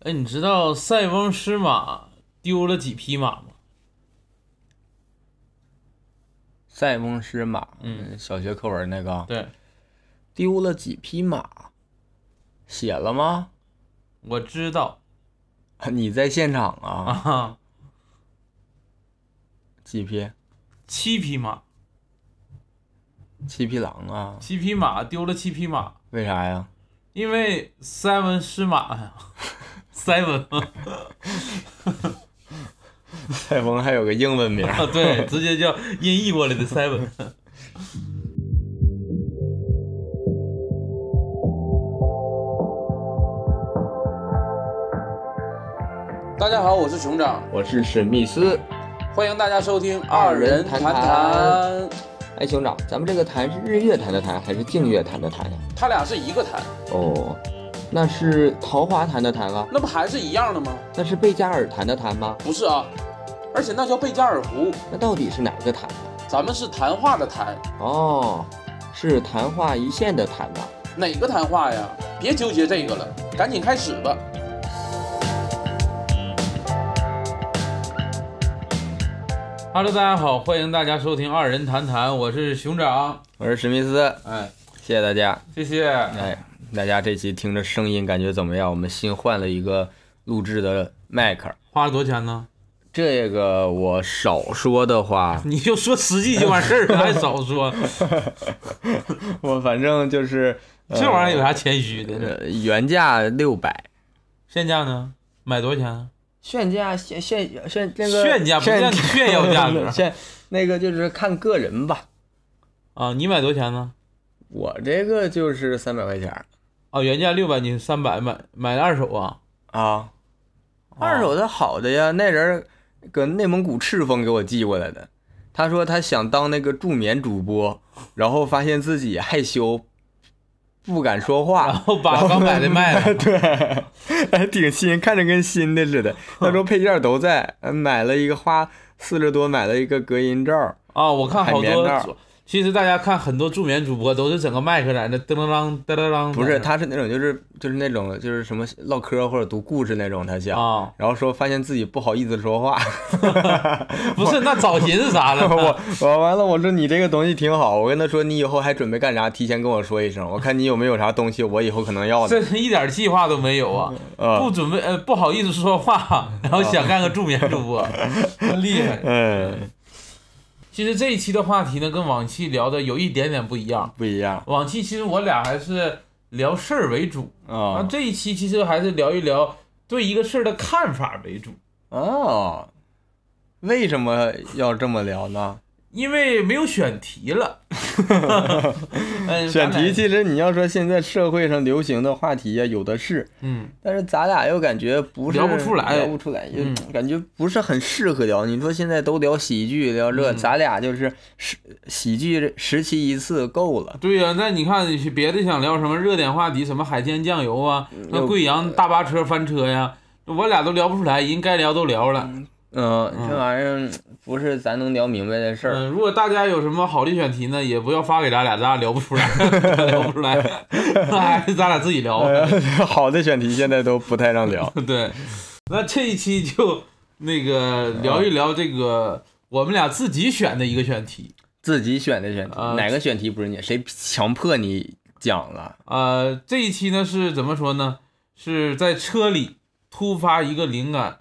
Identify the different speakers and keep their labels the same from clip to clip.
Speaker 1: 哎，你知道塞翁失马丢了几匹马吗？
Speaker 2: 塞翁失马，
Speaker 1: 嗯，
Speaker 2: 小学课文那个
Speaker 1: 对
Speaker 2: 丢了几匹马，写了吗？
Speaker 1: 我知道
Speaker 2: 啊你在现场啊？
Speaker 1: 啊，
Speaker 2: 几匹？
Speaker 1: 七匹马，
Speaker 2: 七匹狼啊？
Speaker 1: 七匹马丢了七匹马，
Speaker 2: 为啥呀？
Speaker 1: 因为塞翁失马呀，塞翁啊，，
Speaker 2: 塞翁还有个英文名儿
Speaker 1: 对，直接叫音译过来的塞翁。
Speaker 3: 大家好，我是熊掌，
Speaker 2: 我是史密斯。
Speaker 3: 欢迎大家收听
Speaker 2: 二人谈谈
Speaker 3: 谈。
Speaker 2: 哎，兄长，咱们这个谈是日月潭的谈还是净月潭的谈呀？
Speaker 3: 他俩是一个谈，
Speaker 2: 哦，那是桃花潭的潭啊？
Speaker 3: 那不还是一样的吗？
Speaker 2: 那是贝加尔潭的潭吗？
Speaker 3: 不是啊，而且那叫贝加尔湖，
Speaker 2: 那到底是哪个潭啊？
Speaker 3: 咱们是谈话的谈，
Speaker 2: 哦，是昙花一现的啊昙吧？
Speaker 3: 哪个谈话呀？别纠结这个了，赶紧开始吧。
Speaker 1: Hello，大家好，欢迎大家收听二人谈谈，我是熊掌，
Speaker 2: 我是史密斯，
Speaker 1: 哎，
Speaker 2: 谢谢大家。
Speaker 1: 谢谢。
Speaker 2: 哎，大家这期听着声音感觉怎么样？我们新换了一个录制的麦克，
Speaker 1: 花了多少钱呢？，
Speaker 2: 这个我少说的话
Speaker 1: 你就说实际就完事儿了，还少说，
Speaker 2: 哎我反正就是
Speaker 1: 这玩意儿有啥谦虚的？
Speaker 2: 呃原价六百，
Speaker 1: 现价呢？买多少钱啊？
Speaker 2: 炫价炫炫炫那个
Speaker 1: 炫价不让你炫耀价格
Speaker 2: 炫那个就是看个人吧。
Speaker 1: 啊，你买多少钱呢？
Speaker 2: 我这个就是三百块钱儿
Speaker 1: 啊，原价六百，你三百买买的二手啊？
Speaker 2: 啊，二
Speaker 1: 哦
Speaker 2: 手的好的呀，那人儿搁内蒙古赤峰给我寄过来的。他说他想当那个助眠主播，然后发现自己害羞，不敢说
Speaker 1: 然
Speaker 2: 话。
Speaker 1: 后啊把刚买的卖了，
Speaker 2: 对，还挺新，看着跟新的似的。那时候配件都在，嗯买了一个花四十多，买了一个隔音罩。
Speaker 1: 啊，我看好
Speaker 2: 海绵那儿
Speaker 1: 多。其实大家看很多助眠主播都是整个麦克在那噔噔噔噔噔啊噔，
Speaker 2: 不是，他是那种就是就是那种就是什么唠嗑或者读故事那种，他想。
Speaker 1: 啊，
Speaker 2: 然后说发现自己不好意思说话，
Speaker 1: 不是那早寻思啥了？
Speaker 2: 我我完了，我说你这个东西挺好，我跟他说你以后还准备干啥，提前跟我说一声，我看你有没有啥东西我以后可能要的。
Speaker 1: 这一点计划都没有啊，
Speaker 2: 啊
Speaker 1: 不，准备呃不好意思说话，然后想干个助眠主播，真厉害。
Speaker 2: 嗯，
Speaker 1: 其实这一期的话题呢，跟往期聊的有一点点不一样。
Speaker 2: 不一样
Speaker 1: 往期其实我俩还是聊事儿为主，那
Speaker 2: 啊
Speaker 1: 这一期其实还是聊一聊对一个事儿的看法为主，
Speaker 2: 哦，为什么要这么聊呢？
Speaker 1: 因为没有选题 了。嗯，咱
Speaker 2: 选题
Speaker 1: 俩
Speaker 2: 其实你要说现在社会上流行的话题呀、有的是，
Speaker 1: 嗯，
Speaker 2: 但是咱俩又感觉不是
Speaker 1: 聊不出来
Speaker 2: 聊不出来，又
Speaker 1: 嗯
Speaker 2: 感觉不是很适合聊。你说现在都聊喜剧，聊这，
Speaker 1: 嗯
Speaker 2: 咱俩就是十喜剧十期一次够了。
Speaker 1: 对呀、那你看别的想聊什么热点话题，什么海鲜酱油啊，那
Speaker 2: 又
Speaker 1: 贵阳大巴车翻车呀，我俩都聊不出来，人该聊都聊了。
Speaker 2: 嗯，
Speaker 1: 嗯
Speaker 2: 这玩意儿不是咱能聊明白的事儿。
Speaker 1: 嗯，如果大家有什么好的选题呢，也不要发给咱俩，咱俩聊不出来， 聊不出 来，那还是咱俩自己聊吧。。
Speaker 2: 哎好的选题现在都不太让聊
Speaker 1: 对，那这一期就那个
Speaker 2: 啊
Speaker 1: 聊一聊这个我们俩自己选的一个选题，
Speaker 2: 自己选的选题，
Speaker 1: 啊
Speaker 2: 哪个选题不是你？谁强迫你讲了？
Speaker 1: 呃，这一期呢是怎么说呢？是在车里突发一个灵感，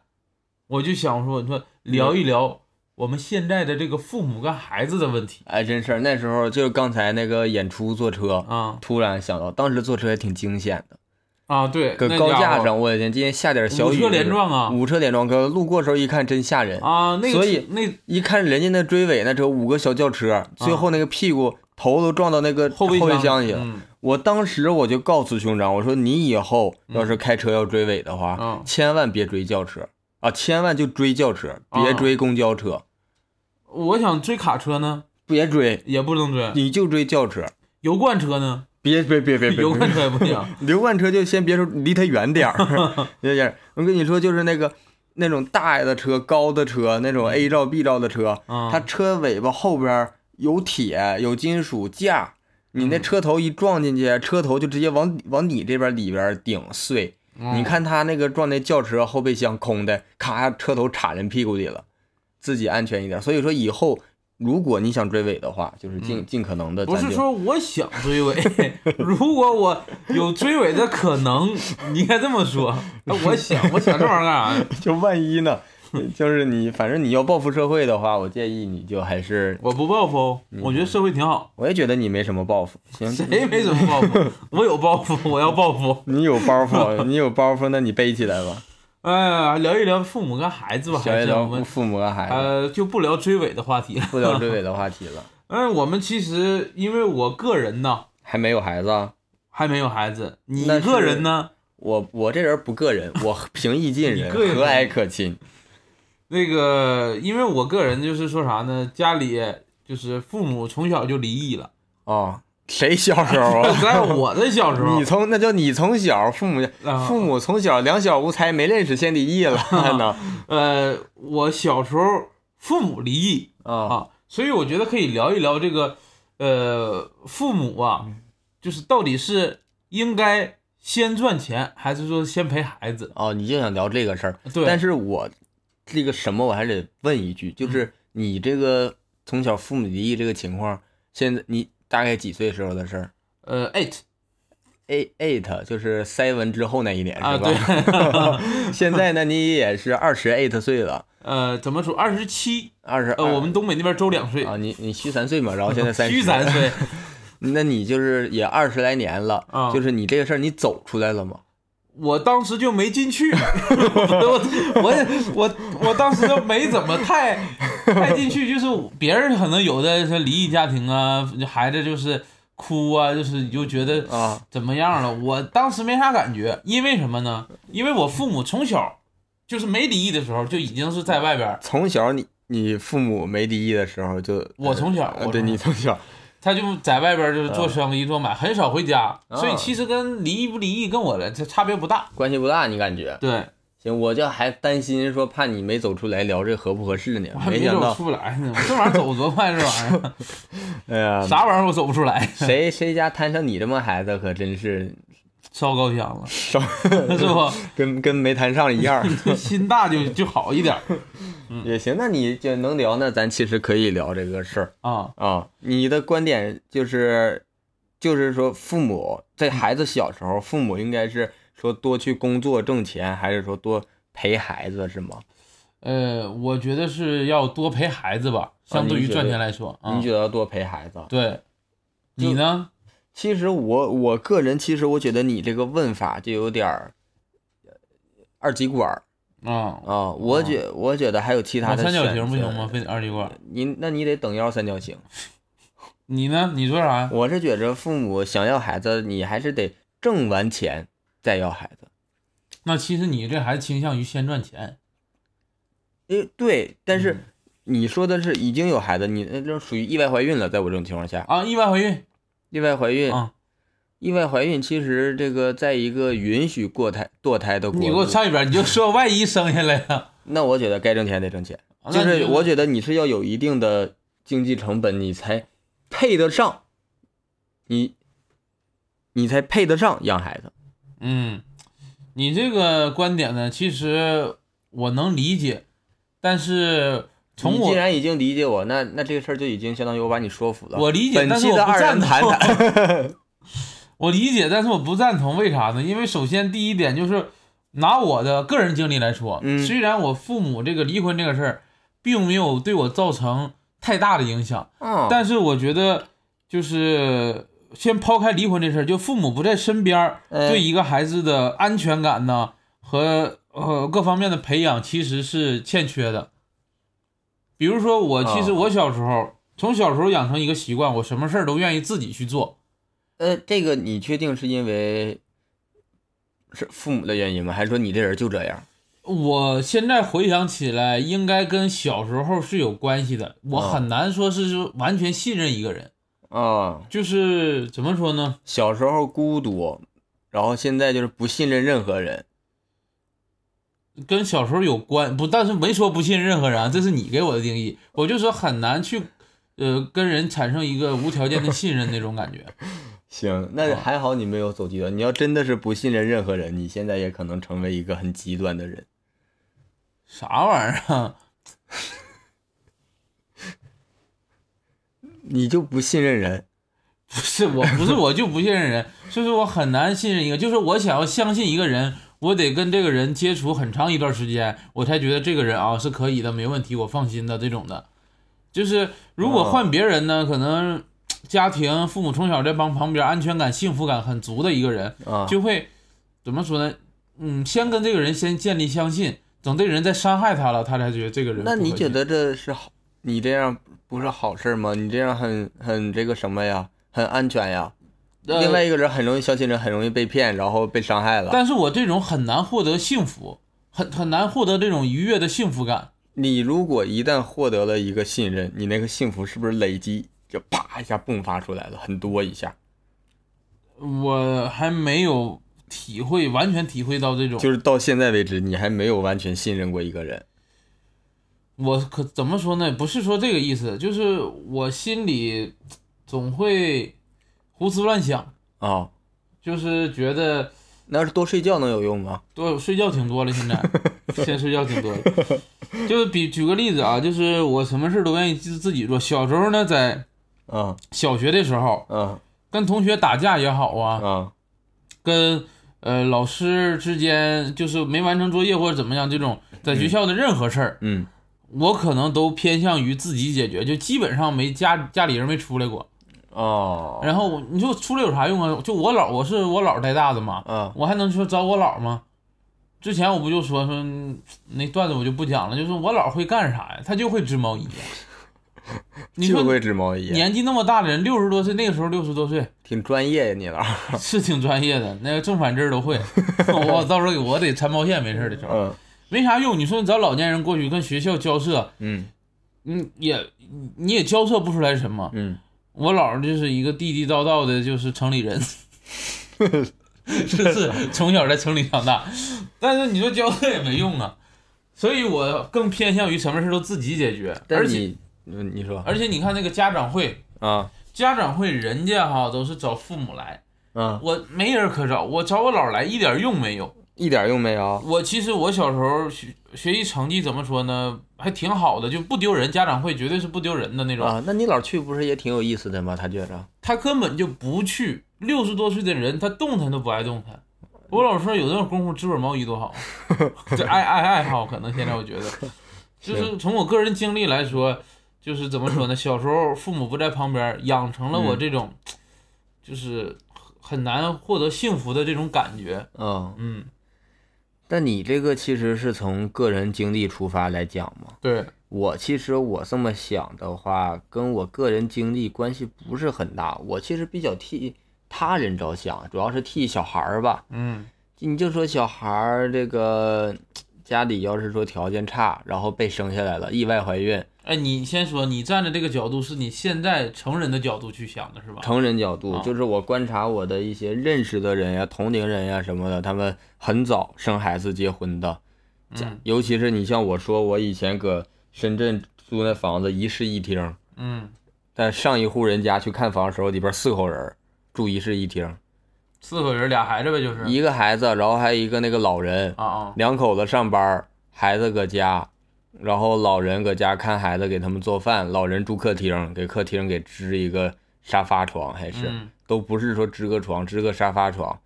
Speaker 1: 我就想说，你说聊一聊我们现在的这个父母跟孩子的问题
Speaker 2: 哎，真事儿。那时候就是刚才那个演出坐车，
Speaker 1: 啊
Speaker 2: 突然想到，当时坐车也挺惊险的，
Speaker 1: 啊，对，
Speaker 2: 搁
Speaker 1: 那
Speaker 2: 高
Speaker 1: 家
Speaker 2: 架
Speaker 1: 伙
Speaker 2: 上，我的天，今天下点小
Speaker 1: 五
Speaker 2: 雨，
Speaker 1: 车连撞啊
Speaker 2: 五车连撞，哥路过时候一看真吓人。
Speaker 1: 啊，那个
Speaker 2: 所以
Speaker 1: 那
Speaker 2: 一看人家那追尾那车五个小轿车，最后那个屁股头都撞到那个
Speaker 1: 啊后备
Speaker 2: 后备箱里了。
Speaker 1: 嗯
Speaker 2: 我当时我就告诉兄长，我说你以后要是开车要追尾的话，
Speaker 1: 嗯
Speaker 2: 千万别追轿车啊，千万就追轿车，
Speaker 1: 啊
Speaker 2: 别追公交车，
Speaker 1: 我想追卡车呢，
Speaker 2: 别追，
Speaker 1: 也不能追；
Speaker 2: 你就追轿车，
Speaker 1: 油罐车呢，
Speaker 2: 别别别别别
Speaker 1: 油
Speaker 2: 别
Speaker 1: 罐车也不行。
Speaker 2: 刘罐车就先别说，离他远点儿，有点儿。我跟你说，就是那个那种大的车、高的车，那种 A 罩、B 罩的车，
Speaker 1: 啊，
Speaker 2: 它车尾巴后边儿有铁、有金属架，你那车头一撞进去，车头就直接往往你这边里边儿顶碎。
Speaker 1: 嗯
Speaker 2: 你看他那个撞那轿车后备箱空的，咔车头插人屁股里了，自己安全一点。所以说以后如果你想追尾的话，就是尽、尽可能的，
Speaker 1: 不
Speaker 2: 咱
Speaker 1: 是
Speaker 2: 就
Speaker 1: 说我想追尾， 如果我有追尾的可能，你应该这么 说。哎我想，我想这玩意儿干啥呀？
Speaker 2: 就万一 呢，就是你反正你要报复社会的话，我建议你就还是，
Speaker 1: 我不报复，哦
Speaker 2: 嗯
Speaker 1: 我觉得社会挺好。
Speaker 2: 我也觉得你没什么报复，行，
Speaker 1: 谁没怎么报复？我有报复，我要报复。
Speaker 2: 你有包袱， 你有包袱，那你背起来吧，
Speaker 1: 哎呀，聊一聊父母跟孩子吧，
Speaker 2: 小
Speaker 1: 还
Speaker 2: 一
Speaker 1: 是我
Speaker 2: 聊
Speaker 1: 们
Speaker 2: 父母和孩子，
Speaker 1: 呃就不聊追尾的话题了。
Speaker 2: 不聊追尾的话题 了，
Speaker 1: 嗯，我们其实因为我个人呢
Speaker 2: 还没有孩子啊。
Speaker 1: 还没有孩子，你
Speaker 2: 那是
Speaker 1: 个人呢？
Speaker 2: 我我这人不个人，我平易近
Speaker 1: 你
Speaker 2: 人，
Speaker 1: 个人
Speaker 2: 和蔼可亲。
Speaker 1: 那个，因为我个人就是说啥呢，家里就是父母从小就离异了，
Speaker 2: 哦，谁小时候啊？
Speaker 1: 在我的小时候
Speaker 2: 你，从那叫你从小父母
Speaker 1: 啊
Speaker 2: 父母从小两小无猜，没认识先离 异了呢。
Speaker 1: 呃，我小时候父母离异
Speaker 2: 啊，
Speaker 1: 啊，所以我觉得可以聊一聊这个，呃，父母啊，
Speaker 2: 嗯
Speaker 1: 就是到底是应该先赚钱，还是说先陪孩子？
Speaker 2: 哦，你就想聊这个事儿，
Speaker 1: 对，嗯
Speaker 2: 但
Speaker 1: 是
Speaker 2: 是我这个什么我还得问一句，就是你这个从小父母离异这个情况，现在你大概几岁时候的事儿
Speaker 1: 呃，eight
Speaker 2: ？eight eight 就是 seven 之后那一年
Speaker 1: 啊，
Speaker 2: 是
Speaker 1: 对，
Speaker 2: 吧？ 现在呢，你也是二十 eight 岁了，
Speaker 1: 呃，怎么说，二十七，
Speaker 2: 二十
Speaker 1: 呃，我们东北那边周两岁，
Speaker 2: 啊，你你虚三岁嘛，然后现在三
Speaker 1: 虚三岁，
Speaker 2: 那你就是也二十来年了，
Speaker 1: 啊
Speaker 2: 就是你这个事儿你走出来了吗？
Speaker 1: 我当时就没进去， 我我我我当时都没怎么 太太进去，就是别人可能有的是离异家庭啊，孩子就是哭啊，就是你就觉得
Speaker 2: 啊，
Speaker 1: 怎么样了？我当时没啥感觉，因为什么呢？因为我父母从小就是没离异的时候就已经是在外边儿，
Speaker 2: 从小你你父母没离异的时候就
Speaker 1: 我从小
Speaker 2: 呃
Speaker 1: 我
Speaker 2: 对
Speaker 1: 从
Speaker 2: 你从小
Speaker 1: 他就在外边儿就是做生意做买，很少回家，
Speaker 2: 啊
Speaker 1: 所以其实跟离异不离异跟我的这差别不大。
Speaker 2: 关系不大，你感觉？
Speaker 1: 对，
Speaker 2: 行，我就还担心说怕你没走出来聊这合不合适呢
Speaker 1: 我，还
Speaker 2: 没
Speaker 1: 没
Speaker 2: 想
Speaker 1: 走
Speaker 2: 到，
Speaker 1: 出来呢，我这玩意儿走多快，这玩意 儿。
Speaker 2: 哎 呀，
Speaker 1: 啥玩意儿我走不出来，
Speaker 2: 谁谁家摊上你这么孩子，可真是
Speaker 1: 烧高香了，
Speaker 2: 少
Speaker 1: 是不？
Speaker 2: 跟跟没摊上一样儿。
Speaker 1: 心大就就好一点儿
Speaker 2: 也行，那你就能聊，那咱其实可以聊这个事儿。
Speaker 1: 啊。
Speaker 2: 啊，你的观点就是，就是说父母在孩子小时候，父母应该是说多去工作挣钱，还是说多陪孩子，是吗？
Speaker 1: 呃，我觉得是要多陪孩子吧，相对于赚钱来说啊
Speaker 2: 你。啊觉得多陪孩子？
Speaker 1: 对，
Speaker 2: 就
Speaker 1: 你呢？
Speaker 2: 其实我我个人，其实我觉得你这个问法就有点儿呃二极管儿
Speaker 1: 啊，
Speaker 2: 啊。我觉、我觉得还有其他
Speaker 1: 往
Speaker 2: 的
Speaker 1: 三角
Speaker 2: 选
Speaker 1: 形不
Speaker 2: 择
Speaker 1: 行吗？？非得二极管。
Speaker 2: 你那你得等腰三角形。
Speaker 1: 你呢？你说啥呀？
Speaker 2: 我是觉着父母想要孩子，你还是得挣完钱再要孩子。
Speaker 1: 那其实你这还倾向于先赚钱。
Speaker 2: 诶，对，但是
Speaker 1: 嗯
Speaker 2: 你说的是已经有孩子，你那就属于意外怀孕了。在我这种情况下，
Speaker 1: 啊，意外怀孕
Speaker 2: 意外怀孕，
Speaker 1: 啊！
Speaker 2: 意外怀孕，其实这个在一个允许过胎堕胎的
Speaker 1: 你给我
Speaker 2: 国度，
Speaker 1: 上一边，你就说万一生下来了，
Speaker 2: 那我觉得该挣钱得挣钱，
Speaker 1: 哦那
Speaker 2: 就
Speaker 1: 你
Speaker 2: 是我觉得你是要有一定的经济成本，你才配得上，你你才配得上养孩子。
Speaker 1: 嗯，你这个观点呢，其实我能理解，但是从
Speaker 2: 你
Speaker 1: 我
Speaker 2: 既然已经理解我，那那这个事儿就已经相当于我把你说服了。
Speaker 1: 我理解，
Speaker 2: 本
Speaker 1: 但是
Speaker 2: 期
Speaker 1: 我
Speaker 2: 的
Speaker 1: 不
Speaker 2: 二
Speaker 1: 赞
Speaker 2: 人谈
Speaker 1: 同。
Speaker 2: 谈，
Speaker 1: 我理解，但是我不赞同。为啥呢？因为首先第一点就是，拿我的个人经历来说，
Speaker 2: 嗯
Speaker 1: 虽然我父母这个离婚这个事儿，并没有对我造成太大的影响，
Speaker 2: 嗯，
Speaker 1: 但是我觉得就是先抛开离婚这事儿，就父母不在身边儿，
Speaker 2: 嗯
Speaker 1: 对一个孩子的安全感呢和呃各方面的培养其实是欠缺的。比如说我，其实
Speaker 2: 啊
Speaker 1: 我小时候从小时候养成一个习惯，我什么事儿都愿意自己去做。
Speaker 2: 呃，这个你确定是因为是父母的原因吗？还是说你这人就这样？
Speaker 1: 我现在回想起来，应该跟小时候是有关系的。我
Speaker 2: 啊
Speaker 1: 很难说是说完全信任一个人，
Speaker 2: 啊、
Speaker 1: 哦就是怎么说呢？
Speaker 2: 小时候孤独，然后现在就是不信任任何人。
Speaker 1: 跟小时候有关，不，但是没说不信任任何人啊，这是你给我的定义。我就说很难去，呃，跟人产生一个无条件的信任那种感觉。
Speaker 2: 行，那还好你没有走极端。你要真的是不信任任何人，你现在也可能成为一个很极端的人。
Speaker 1: 啥玩意儿啊？
Speaker 2: 你就不信任人，
Speaker 1: 不是我，不是我就不信任人， 就是我很难信任一个，就是我想要相信一个人，我得跟这个人接触很长一段时间，我才觉得这个人啊是可以的，没问题，我放心的这种的。就是如果换别人呢，可能家庭父母从小在帮旁边，安全感、幸福感很足的一个人，
Speaker 2: 啊，
Speaker 1: 就会怎么说呢？嗯，先跟这个人先建立相信，等这个人再伤害他了，他才觉得这个人不可
Speaker 2: 那
Speaker 1: 信。
Speaker 2: 你觉得这是好？你这样不是好事吗？你这样很很这个什么呀？很安全呀。
Speaker 1: 呃
Speaker 2: 另外一个人很容易相信人，很容易被骗，然后被伤害了。
Speaker 1: 但是我这种很难获得幸福，很很难获得这种愉悦的幸福感。
Speaker 2: 你如果一旦获得了一个信任，你那个幸福是不是累积就啪一下迸发出来了，很多一下，
Speaker 1: 我还没有体会完全体会到这种，
Speaker 2: 就是到现在为止，你还没有完全信任过一个人。
Speaker 1: 我可怎么说呢？不是说这个意思，就是我心里总会胡思乱想，
Speaker 2: 啊、
Speaker 1: 就是觉得
Speaker 2: 那要是多睡觉能有用吗？
Speaker 1: 多睡觉挺多了，现在现在睡觉挺多了。就是比举个例子啊，就是我什么事都愿意自自己做。小时候呢，在
Speaker 2: 啊
Speaker 1: 小学的时候，
Speaker 2: 啊
Speaker 1: 跟同学打架也好啊，
Speaker 2: 啊
Speaker 1: 跟呃老师之间就是没完成作业或者怎么样这种，在学校的任何事儿，
Speaker 2: 嗯
Speaker 1: 我可能都偏向于自己解决，就基本上没家家里人没出来过。
Speaker 2: 哦
Speaker 1: 然后我你说出来有啥用啊？就我姥，我是我姥带大的嘛，
Speaker 2: 啊
Speaker 1: 我还能说找我姥吗？之前我不就说说嗯那段子我就不讲了，就是我姥会干啥呀？她就会织毛衣。你
Speaker 2: 就
Speaker 1: 说
Speaker 2: 会织毛衣，
Speaker 1: 年纪那么大的人，六十多岁，那个时候六十多岁
Speaker 2: 挺专业呀你老儿。
Speaker 1: 是挺专业的，那个正反字儿都会。 我到时候给我得缠毛线，没事儿的时候
Speaker 2: 嗯
Speaker 1: 没啥用。你说你找老年人过去跟学校交涉，
Speaker 2: 嗯
Speaker 1: 嗯，也你也交涉不出来什么。
Speaker 2: 嗯，
Speaker 1: 我姥儿就是一个地地道道的，就是城里人， 就是从小在城里长大。但是你说交涉也没用啊，所以我更偏向于什么事都自己解决。
Speaker 2: 但
Speaker 1: 而
Speaker 2: 是
Speaker 1: 且
Speaker 2: 你嗯你说
Speaker 1: 而且你看那个家长会，
Speaker 2: 啊
Speaker 1: 家长会人家哈都是找父母来，
Speaker 2: 啊，
Speaker 1: 我没人可找，我找我姥儿来一点用没有。
Speaker 2: 一点用没有。
Speaker 1: 我其实我小时候学学习成绩怎么说呢，还挺好的，就不丢人。家长会绝对是不丢人的那种。
Speaker 2: 啊，那你老去不是也挺有意思的吗？他觉着
Speaker 1: 他根本就不去。六十多岁的人，他动弹都不爱动弹。我老说有那种功夫织会儿毛衣多 好，这爱爱爱好可能现在我 觉得，就是从我个人经历来说，就是怎么说呢？小时候父母不在旁边，养成了我这种，就是很难获得幸福的这种感觉。
Speaker 2: 嗯，
Speaker 1: 嗯，
Speaker 2: 但你这个其实是从个人经历出发来讲嘛。
Speaker 1: 对，
Speaker 2: 我其实我这么想的话，跟我个人经历关系不是很大。我其实比较替他人着想，主要是替小孩儿吧。
Speaker 1: 嗯
Speaker 2: 你就说小孩儿这个家里要是说条件差，然后被生下来了，意外怀孕，
Speaker 1: 哎，你先说，你站在这个角度是你现在成人的角度去想的是吧？
Speaker 2: 成人角度，
Speaker 1: 啊
Speaker 2: 就是我观察我的一些认识的人呀、同龄人呀什么的，他们很早生孩子、结婚的，
Speaker 1: 嗯
Speaker 2: 尤其是你像我说，我以前搁深圳租那房子一室一厅，
Speaker 1: 嗯，
Speaker 2: 但上一户人家去看房的时候，里边四口人儿住一室一厅，
Speaker 1: 四个人俩孩子呗，就是
Speaker 2: 一个孩子，然后还有一个那个老人，
Speaker 1: 啊啊，
Speaker 2: 两口子上班儿，孩子搁家，然后老人搁家看孩子，给他们做饭，老人住客厅，给客厅给支一个沙发床，还是、
Speaker 1: 嗯
Speaker 2: 都不是说支个床，支个沙发床，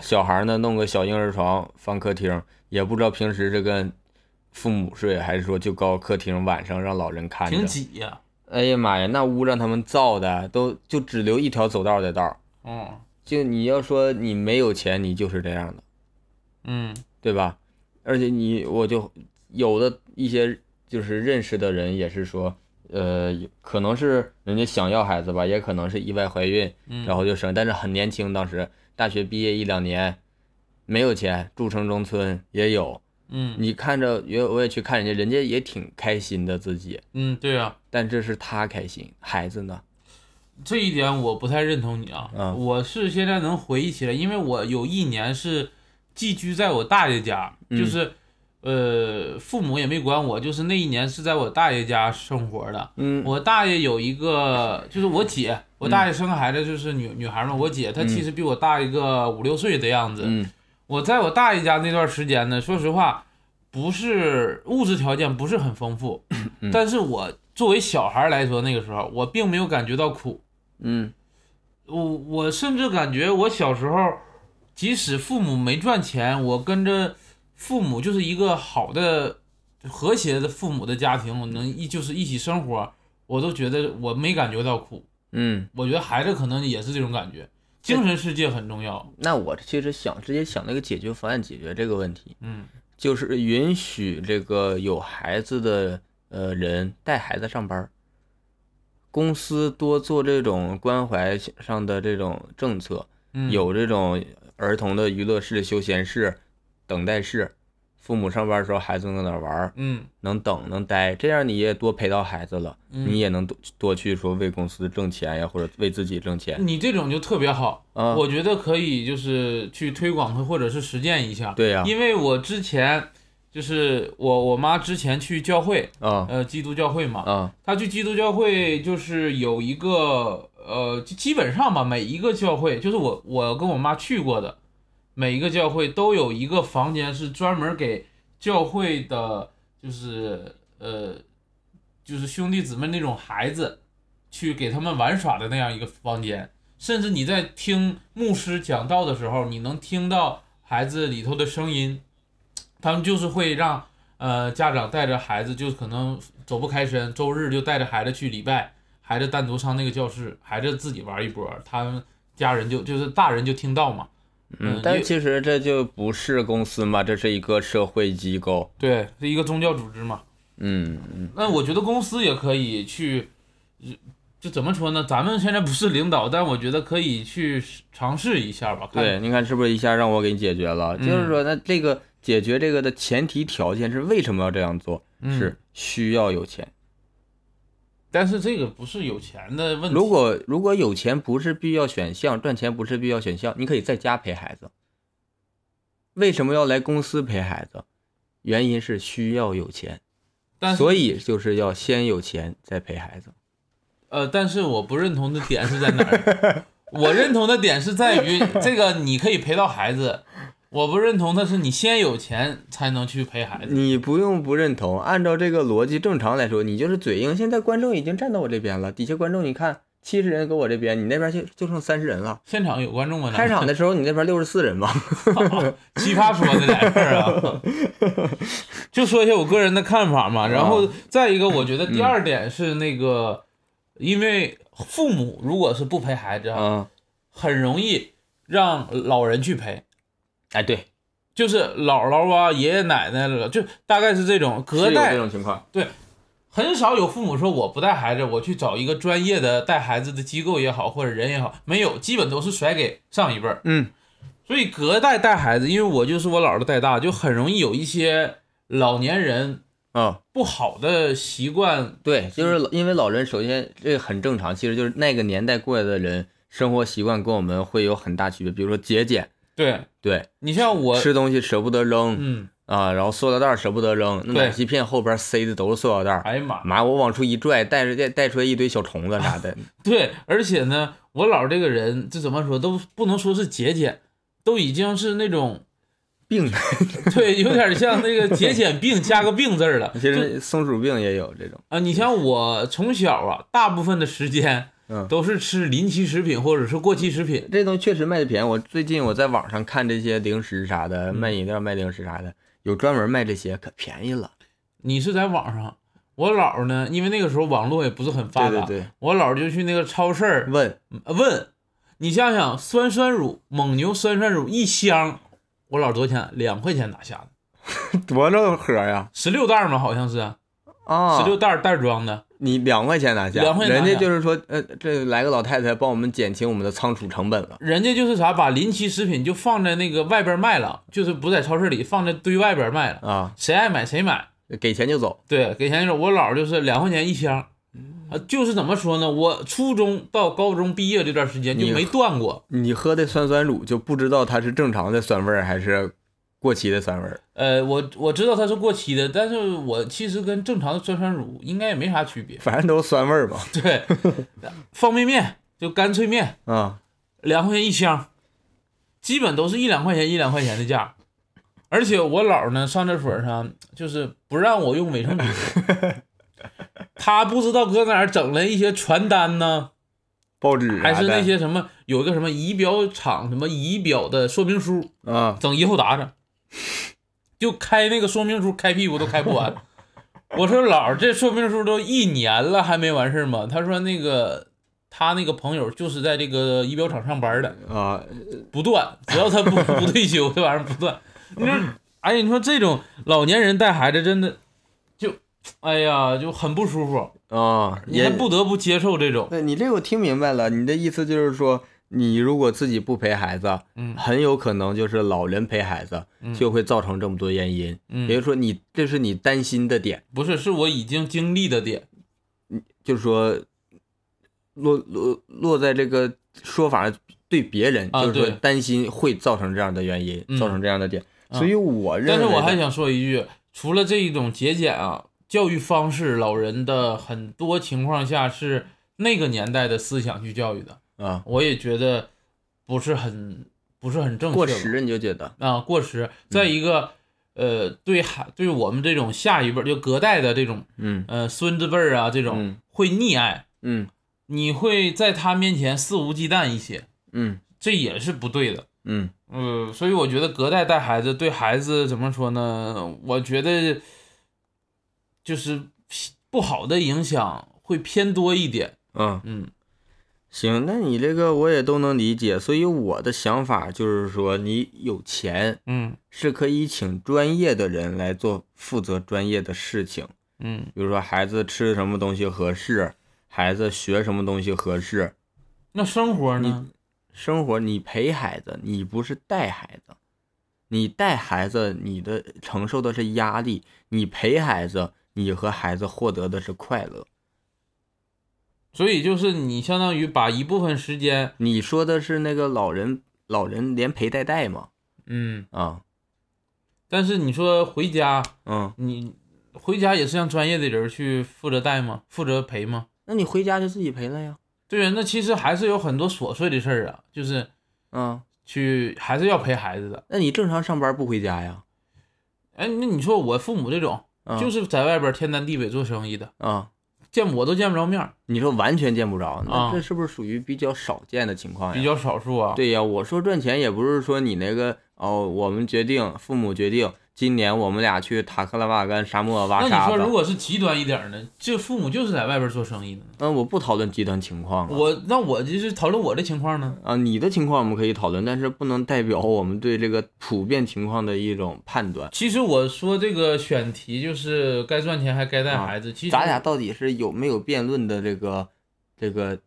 Speaker 2: 小孩儿呢弄个小婴儿床放客厅，也不知道平时是跟父母睡，还是说就告客厅晚上让老人看着
Speaker 1: 挺。挤呀、
Speaker 2: 哎呀妈呀，那屋让他们造的都就只留一条走道的道儿，
Speaker 1: 嗯
Speaker 2: 就你要说你没有钱，你就是这样的。
Speaker 1: 嗯
Speaker 2: 对吧？而且你我就有的一些就是认识的人也是说，呃，可能是人家想要孩子吧，也可能是意外怀孕，
Speaker 1: 嗯，
Speaker 2: 然后就生，但是很年轻，当时大学毕业一两年，没有钱，住城中村也有。
Speaker 1: 嗯
Speaker 2: 你看着也我也去看人家，人家也挺开心的自己，
Speaker 1: 嗯，对啊，
Speaker 2: 但这是他开心，孩子呢？
Speaker 1: 这一点我不太认同你啊。
Speaker 2: 嗯
Speaker 1: 我是现在能回忆起来，因为我有一年是寄居在我大爷家，
Speaker 2: 嗯
Speaker 1: 就是呃父母也没管我，就是那一年是在我大爷家生活的。
Speaker 2: 嗯
Speaker 1: 我大爷有一个，就是我姐，我大学生孩子就是女、女孩嘛，我姐她其实比我大一个五六岁的样子。
Speaker 2: 嗯
Speaker 1: 我在我大姨家那段时间呢，说实话，不是物质条件不是很丰富，
Speaker 2: 嗯
Speaker 1: 但是我作为小孩来说，那个时候我并没有感觉到苦，
Speaker 2: 嗯
Speaker 1: 我我甚至感觉我小时候，即使父母没赚钱，我跟着父母就是一个好的、和谐的父母的家庭，我能一就是一起生活，我都觉得我没感觉到苦。
Speaker 2: 嗯，
Speaker 1: 我觉得孩子可能也是这种感觉，精神世界很重要。
Speaker 2: 那我其实想直接想那个解决方案解决这个问题，
Speaker 1: 嗯
Speaker 2: 就是允许这个有孩子的呃人带孩子上班儿，公司多做这种关怀上的这种政策，
Speaker 1: 嗯，
Speaker 2: 有这种儿童的娱乐室、休闲室、等待室，父母上班的时候孩子能在那玩儿，
Speaker 1: 嗯
Speaker 2: 能等能待，这样你也多陪到孩子了，
Speaker 1: 嗯
Speaker 2: 你也能多多去说为公司挣钱呀，或者为自己挣钱
Speaker 1: 你这种就特别好，
Speaker 2: 啊。
Speaker 1: 我觉得可以就是去推广它或者是实践一下。
Speaker 2: 对啊呀
Speaker 1: 因为我之前就是我我妈之前去教会，
Speaker 2: 啊
Speaker 1: 呃，基督教会嘛，
Speaker 2: 啊
Speaker 1: 她去基督教会就是有一个呃，基基本上吧，每一个教会就是我我跟我妈去过的，每一个教会都有一个房间是专门给教会的，就是呃，就是兄弟姊妹那种孩子去给他们玩耍的那样一个房间。甚至你在听牧师讲道的时候，你能听到孩子里头的声音，他们就是会让呃家长带着孩子，就可能走不开身，周日就带着孩子去礼拜，孩子单独上那个教室，孩子自己玩一波，他们家人就就是大人就听到嘛，
Speaker 2: 嗯
Speaker 1: 嗯，
Speaker 2: 但
Speaker 1: 也
Speaker 2: 是其实这就不是公司嘛，这是一个社会机构。
Speaker 1: 对，是一个宗教组织嘛。
Speaker 2: 嗯嗯
Speaker 1: 那我觉得公司也可以去，就怎么说呢？咱们现在不是领导，但我觉得可以去尝试一下吧。看
Speaker 2: 对，，你看是不是一下让我给你解决了？
Speaker 1: 嗯
Speaker 2: 就是说，那这个解决这个的前提条件是为什么要这样做？
Speaker 1: 嗯
Speaker 2: 是需要有钱。
Speaker 1: 但是这个不是有钱的问题。
Speaker 2: 如果如果有钱不是必要选项，赚钱不是必要选项，你可以在家陪孩子。为什么要来公司陪孩子？原因是需要有钱，
Speaker 1: 但是
Speaker 2: 所以就是要先有钱再陪孩子。
Speaker 1: 呃，但是我不认同的点是在哪儿？ 我认同的点是在 于这个你可以陪到孩子，我不认同的是你先有钱才能去陪孩子。
Speaker 2: 你不用不认同，按照这个逻辑，正常来说，你就是嘴硬。现在观众已经站到我这边了，底下观众你看七十人搁我这边，你那边就就剩三十人了。
Speaker 1: 现场有观众吗？
Speaker 2: 开场的时候你那边六十四人吧。
Speaker 1: 奇葩说的俩事儿啊， 就说一下我个人的看法嘛。然
Speaker 2: 啊
Speaker 1: 后再一个，我觉得第二点是那个，因为父母如果是不陪孩子， 啊，
Speaker 2: 嗯，
Speaker 1: 很容易让老人去陪，
Speaker 2: 哎，对，
Speaker 1: 就是姥姥啊、爷爷奶奶了，就大概是这种隔
Speaker 2: 是有这
Speaker 1: 代。
Speaker 2: 种情况。
Speaker 1: 很少有父母说我不带孩子，我去找一个专业的带孩子的机构也好，或者人也好，没有，基本都是甩给上一辈儿。
Speaker 2: 嗯，
Speaker 1: 所以隔代带孩子，因为我就是我姥姥带大，就很容易有一些老年人
Speaker 2: 啊。
Speaker 1: 不好的习惯。
Speaker 2: 对，就是老因为老人，首先这个很正常，其实就是那个年代过来的人生活习惯跟我们会有很大区别，比如说节俭，
Speaker 1: 对
Speaker 2: 对，
Speaker 1: 你像我，
Speaker 2: 吃东西舍不得扔
Speaker 1: 嗯，
Speaker 2: 啊，然后塑料袋舍不得扔，那
Speaker 1: 对
Speaker 2: 奶昔片后边塞的都是塑料袋，
Speaker 1: 哎呀妈，
Speaker 2: 妈，我往出一拽，带着带带出来一堆小虫子啥的，
Speaker 1: 啊对，而且呢，我姥这个人，这怎么说都不能说是节俭，都已经是那种
Speaker 2: 病，
Speaker 1: 对，有点像那个节俭病加个病字儿了。
Speaker 2: 其
Speaker 1: 就
Speaker 2: 实松鼠病也有这种，
Speaker 1: 啊，你像我从小啊，大部分的时间
Speaker 2: 嗯
Speaker 1: 都是吃临期食品或者是过期食品。
Speaker 2: 这东西确实卖的便宜。我最近我在网上看这些零食啥的，
Speaker 1: 嗯
Speaker 2: 卖饮料、卖零食啥的，有专门卖这些，可便宜了。
Speaker 1: 你是在网上，我姥儿呢，因为那个时候网络也不是很发
Speaker 2: 对
Speaker 1: 达，
Speaker 2: 对对，
Speaker 1: 我姥儿就去那个超市儿
Speaker 2: 问
Speaker 1: 呃问，你想想酸酸乳蒙牛酸酸乳一箱，我姥儿多少钱？啊两块钱拿下的，
Speaker 2: 多少盒呀？
Speaker 1: 十六袋儿嘛，好像是
Speaker 2: 啊，
Speaker 1: 十六袋儿袋儿装的。
Speaker 2: 你两块钱拿下，
Speaker 1: 两块钱拿下
Speaker 2: 人家就是说，呃，这来个老太太帮我们减轻我们的仓储成本了。
Speaker 1: 人家就是啥，把临期食品就放在那个外边儿卖了，就是不在超市里，放在堆外边儿卖了，
Speaker 2: 啊，
Speaker 1: 谁爱买谁买。
Speaker 2: 给钱就走，
Speaker 1: 对，给钱就是我姥儿就是两块钱一箱，啊，就是怎么说呢？我初中到高中毕业这段时间就
Speaker 2: 你
Speaker 1: 没断过，
Speaker 2: 你喝的酸酸乳就不知道它是正常的酸味儿还是过期的酸味儿。
Speaker 1: 呃，我我知道它是过期的，但是我其实跟正常的酸酸乳应该也没啥区别。
Speaker 2: 反正都是酸味儿嘛。
Speaker 1: 对，方便面就干脆面
Speaker 2: 啊，
Speaker 1: 两块钱一箱，基本都是一两块钱一两块钱的价。而且我姥呢上厕所上就是不让我用卫生纸，他不知道搁哪儿整了一些传单呢，
Speaker 2: 报纸
Speaker 1: 还
Speaker 2: 啥
Speaker 1: 是
Speaker 2: 的
Speaker 1: 那些什么有一个什么仪表厂什么仪表的说明书，
Speaker 2: 啊，
Speaker 1: 整一后达子，就开那个说明书开屁股都开不完。 我说老儿，这说明书都一年了还没完事儿吗？他说那个他那个朋友就是在这个仪表厂上班的，
Speaker 2: 啊，
Speaker 1: 不断，只要他 不不退休，这玩意儿不断。你说，哎呀，你说这种老年人带孩子真的就，哎呀，就很不舒服，
Speaker 2: 啊，
Speaker 1: 你还
Speaker 2: 也
Speaker 1: 不得不接受这种。
Speaker 2: 对你这个我听明白了，你的意思就是说，你如果自己不陪孩子，
Speaker 1: 嗯
Speaker 2: 很有可能就是老人陪孩子
Speaker 1: 嗯
Speaker 2: 就会造成这么多原因，也
Speaker 1: 嗯，
Speaker 2: 就是说你这是你担心的点，
Speaker 1: 不是，是我已经经历的点。
Speaker 2: 就是说落落落在这个说法对别人，
Speaker 1: 啊
Speaker 2: 就是说
Speaker 1: 对
Speaker 2: 担心会造成这样的原因，
Speaker 1: 嗯
Speaker 2: 造成这样的点，
Speaker 1: 啊
Speaker 2: 所以我认为
Speaker 1: 但
Speaker 2: 的，
Speaker 1: 是我还想说一句，除了这一种节俭啊，教育方式，老人的很多情况下是那个年代的思想去教育的，
Speaker 2: 啊，
Speaker 1: 我也觉得不是很不是很正确吧。
Speaker 2: 过时你就觉得
Speaker 1: 啊，过时。再一个，呃，对孩对我们这种下一辈儿就隔代的这种
Speaker 2: 嗯
Speaker 1: 呃孙子辈儿啊，这种、
Speaker 2: 嗯
Speaker 1: 会溺爱，
Speaker 2: 嗯
Speaker 1: 你会在他面前肆无忌惮一些，
Speaker 2: 嗯
Speaker 1: 这也是不对的。
Speaker 2: 嗯
Speaker 1: 嗯，所以我觉得隔代带孩子对孩子怎么说呢？我觉得就是不好的影响会偏多一点。
Speaker 2: 嗯，
Speaker 1: 嗯
Speaker 2: 行，那你这个我也都能理解，所以我的想法就是说，你有钱
Speaker 1: 嗯
Speaker 2: 是可以请专业的人来做负责专业的事情，
Speaker 1: 嗯，
Speaker 2: 比如说孩子吃什么东西合适，孩子学什么东西合适，
Speaker 1: 那生活呢？
Speaker 2: 生活你陪孩子，你不是带孩子。你带孩子，你的承受的是压力；你陪孩子，你和孩子获得的是快乐。
Speaker 1: 所以就是你相当于把一部分时间，
Speaker 2: 你说的是那个老人，老人连陪带带吗？
Speaker 1: 嗯，
Speaker 2: 啊，
Speaker 1: 但是你说回家，
Speaker 2: 嗯，
Speaker 1: 你回家也是让专业的人去负责带吗？负责陪吗？
Speaker 2: 那你回家就自己陪了呀。
Speaker 1: 对啊呀，那其实还是有很多琐碎的事儿啊，就是
Speaker 2: 嗯，
Speaker 1: 去还是要陪孩子的。
Speaker 2: 那你正常上班不回家呀？
Speaker 1: 哎，那你说我父母这种，
Speaker 2: 啊、
Speaker 1: 就是在外边天南地北做生意的，
Speaker 2: 啊，
Speaker 1: 见我都见不着面儿，
Speaker 2: 你说完全见不着，那
Speaker 1: 啊
Speaker 2: 这是不是属于比较少见的情况哎呀？
Speaker 1: 比较少数啊。，
Speaker 2: 对呀，我说赚钱也不是说你那个哦，我们决定，父母决定，今年我们俩去塔克拉玛干沙漠挖
Speaker 1: 那
Speaker 2: 沙
Speaker 1: 你说
Speaker 2: 子。
Speaker 1: 如果是极端一点儿呢？这父母就是在外边做生意的呢，
Speaker 2: 嗯，我不讨论极端情况了。
Speaker 1: 我那我就是讨论我的情况呢。
Speaker 2: 啊，你的情况我们可以讨论，但是不能代表我们对这个普遍情况的一种判断。
Speaker 1: 其实我说这个选题就是该赚钱还该带孩子，其实
Speaker 2: 啊咱俩到底是有没有辩论的这个这个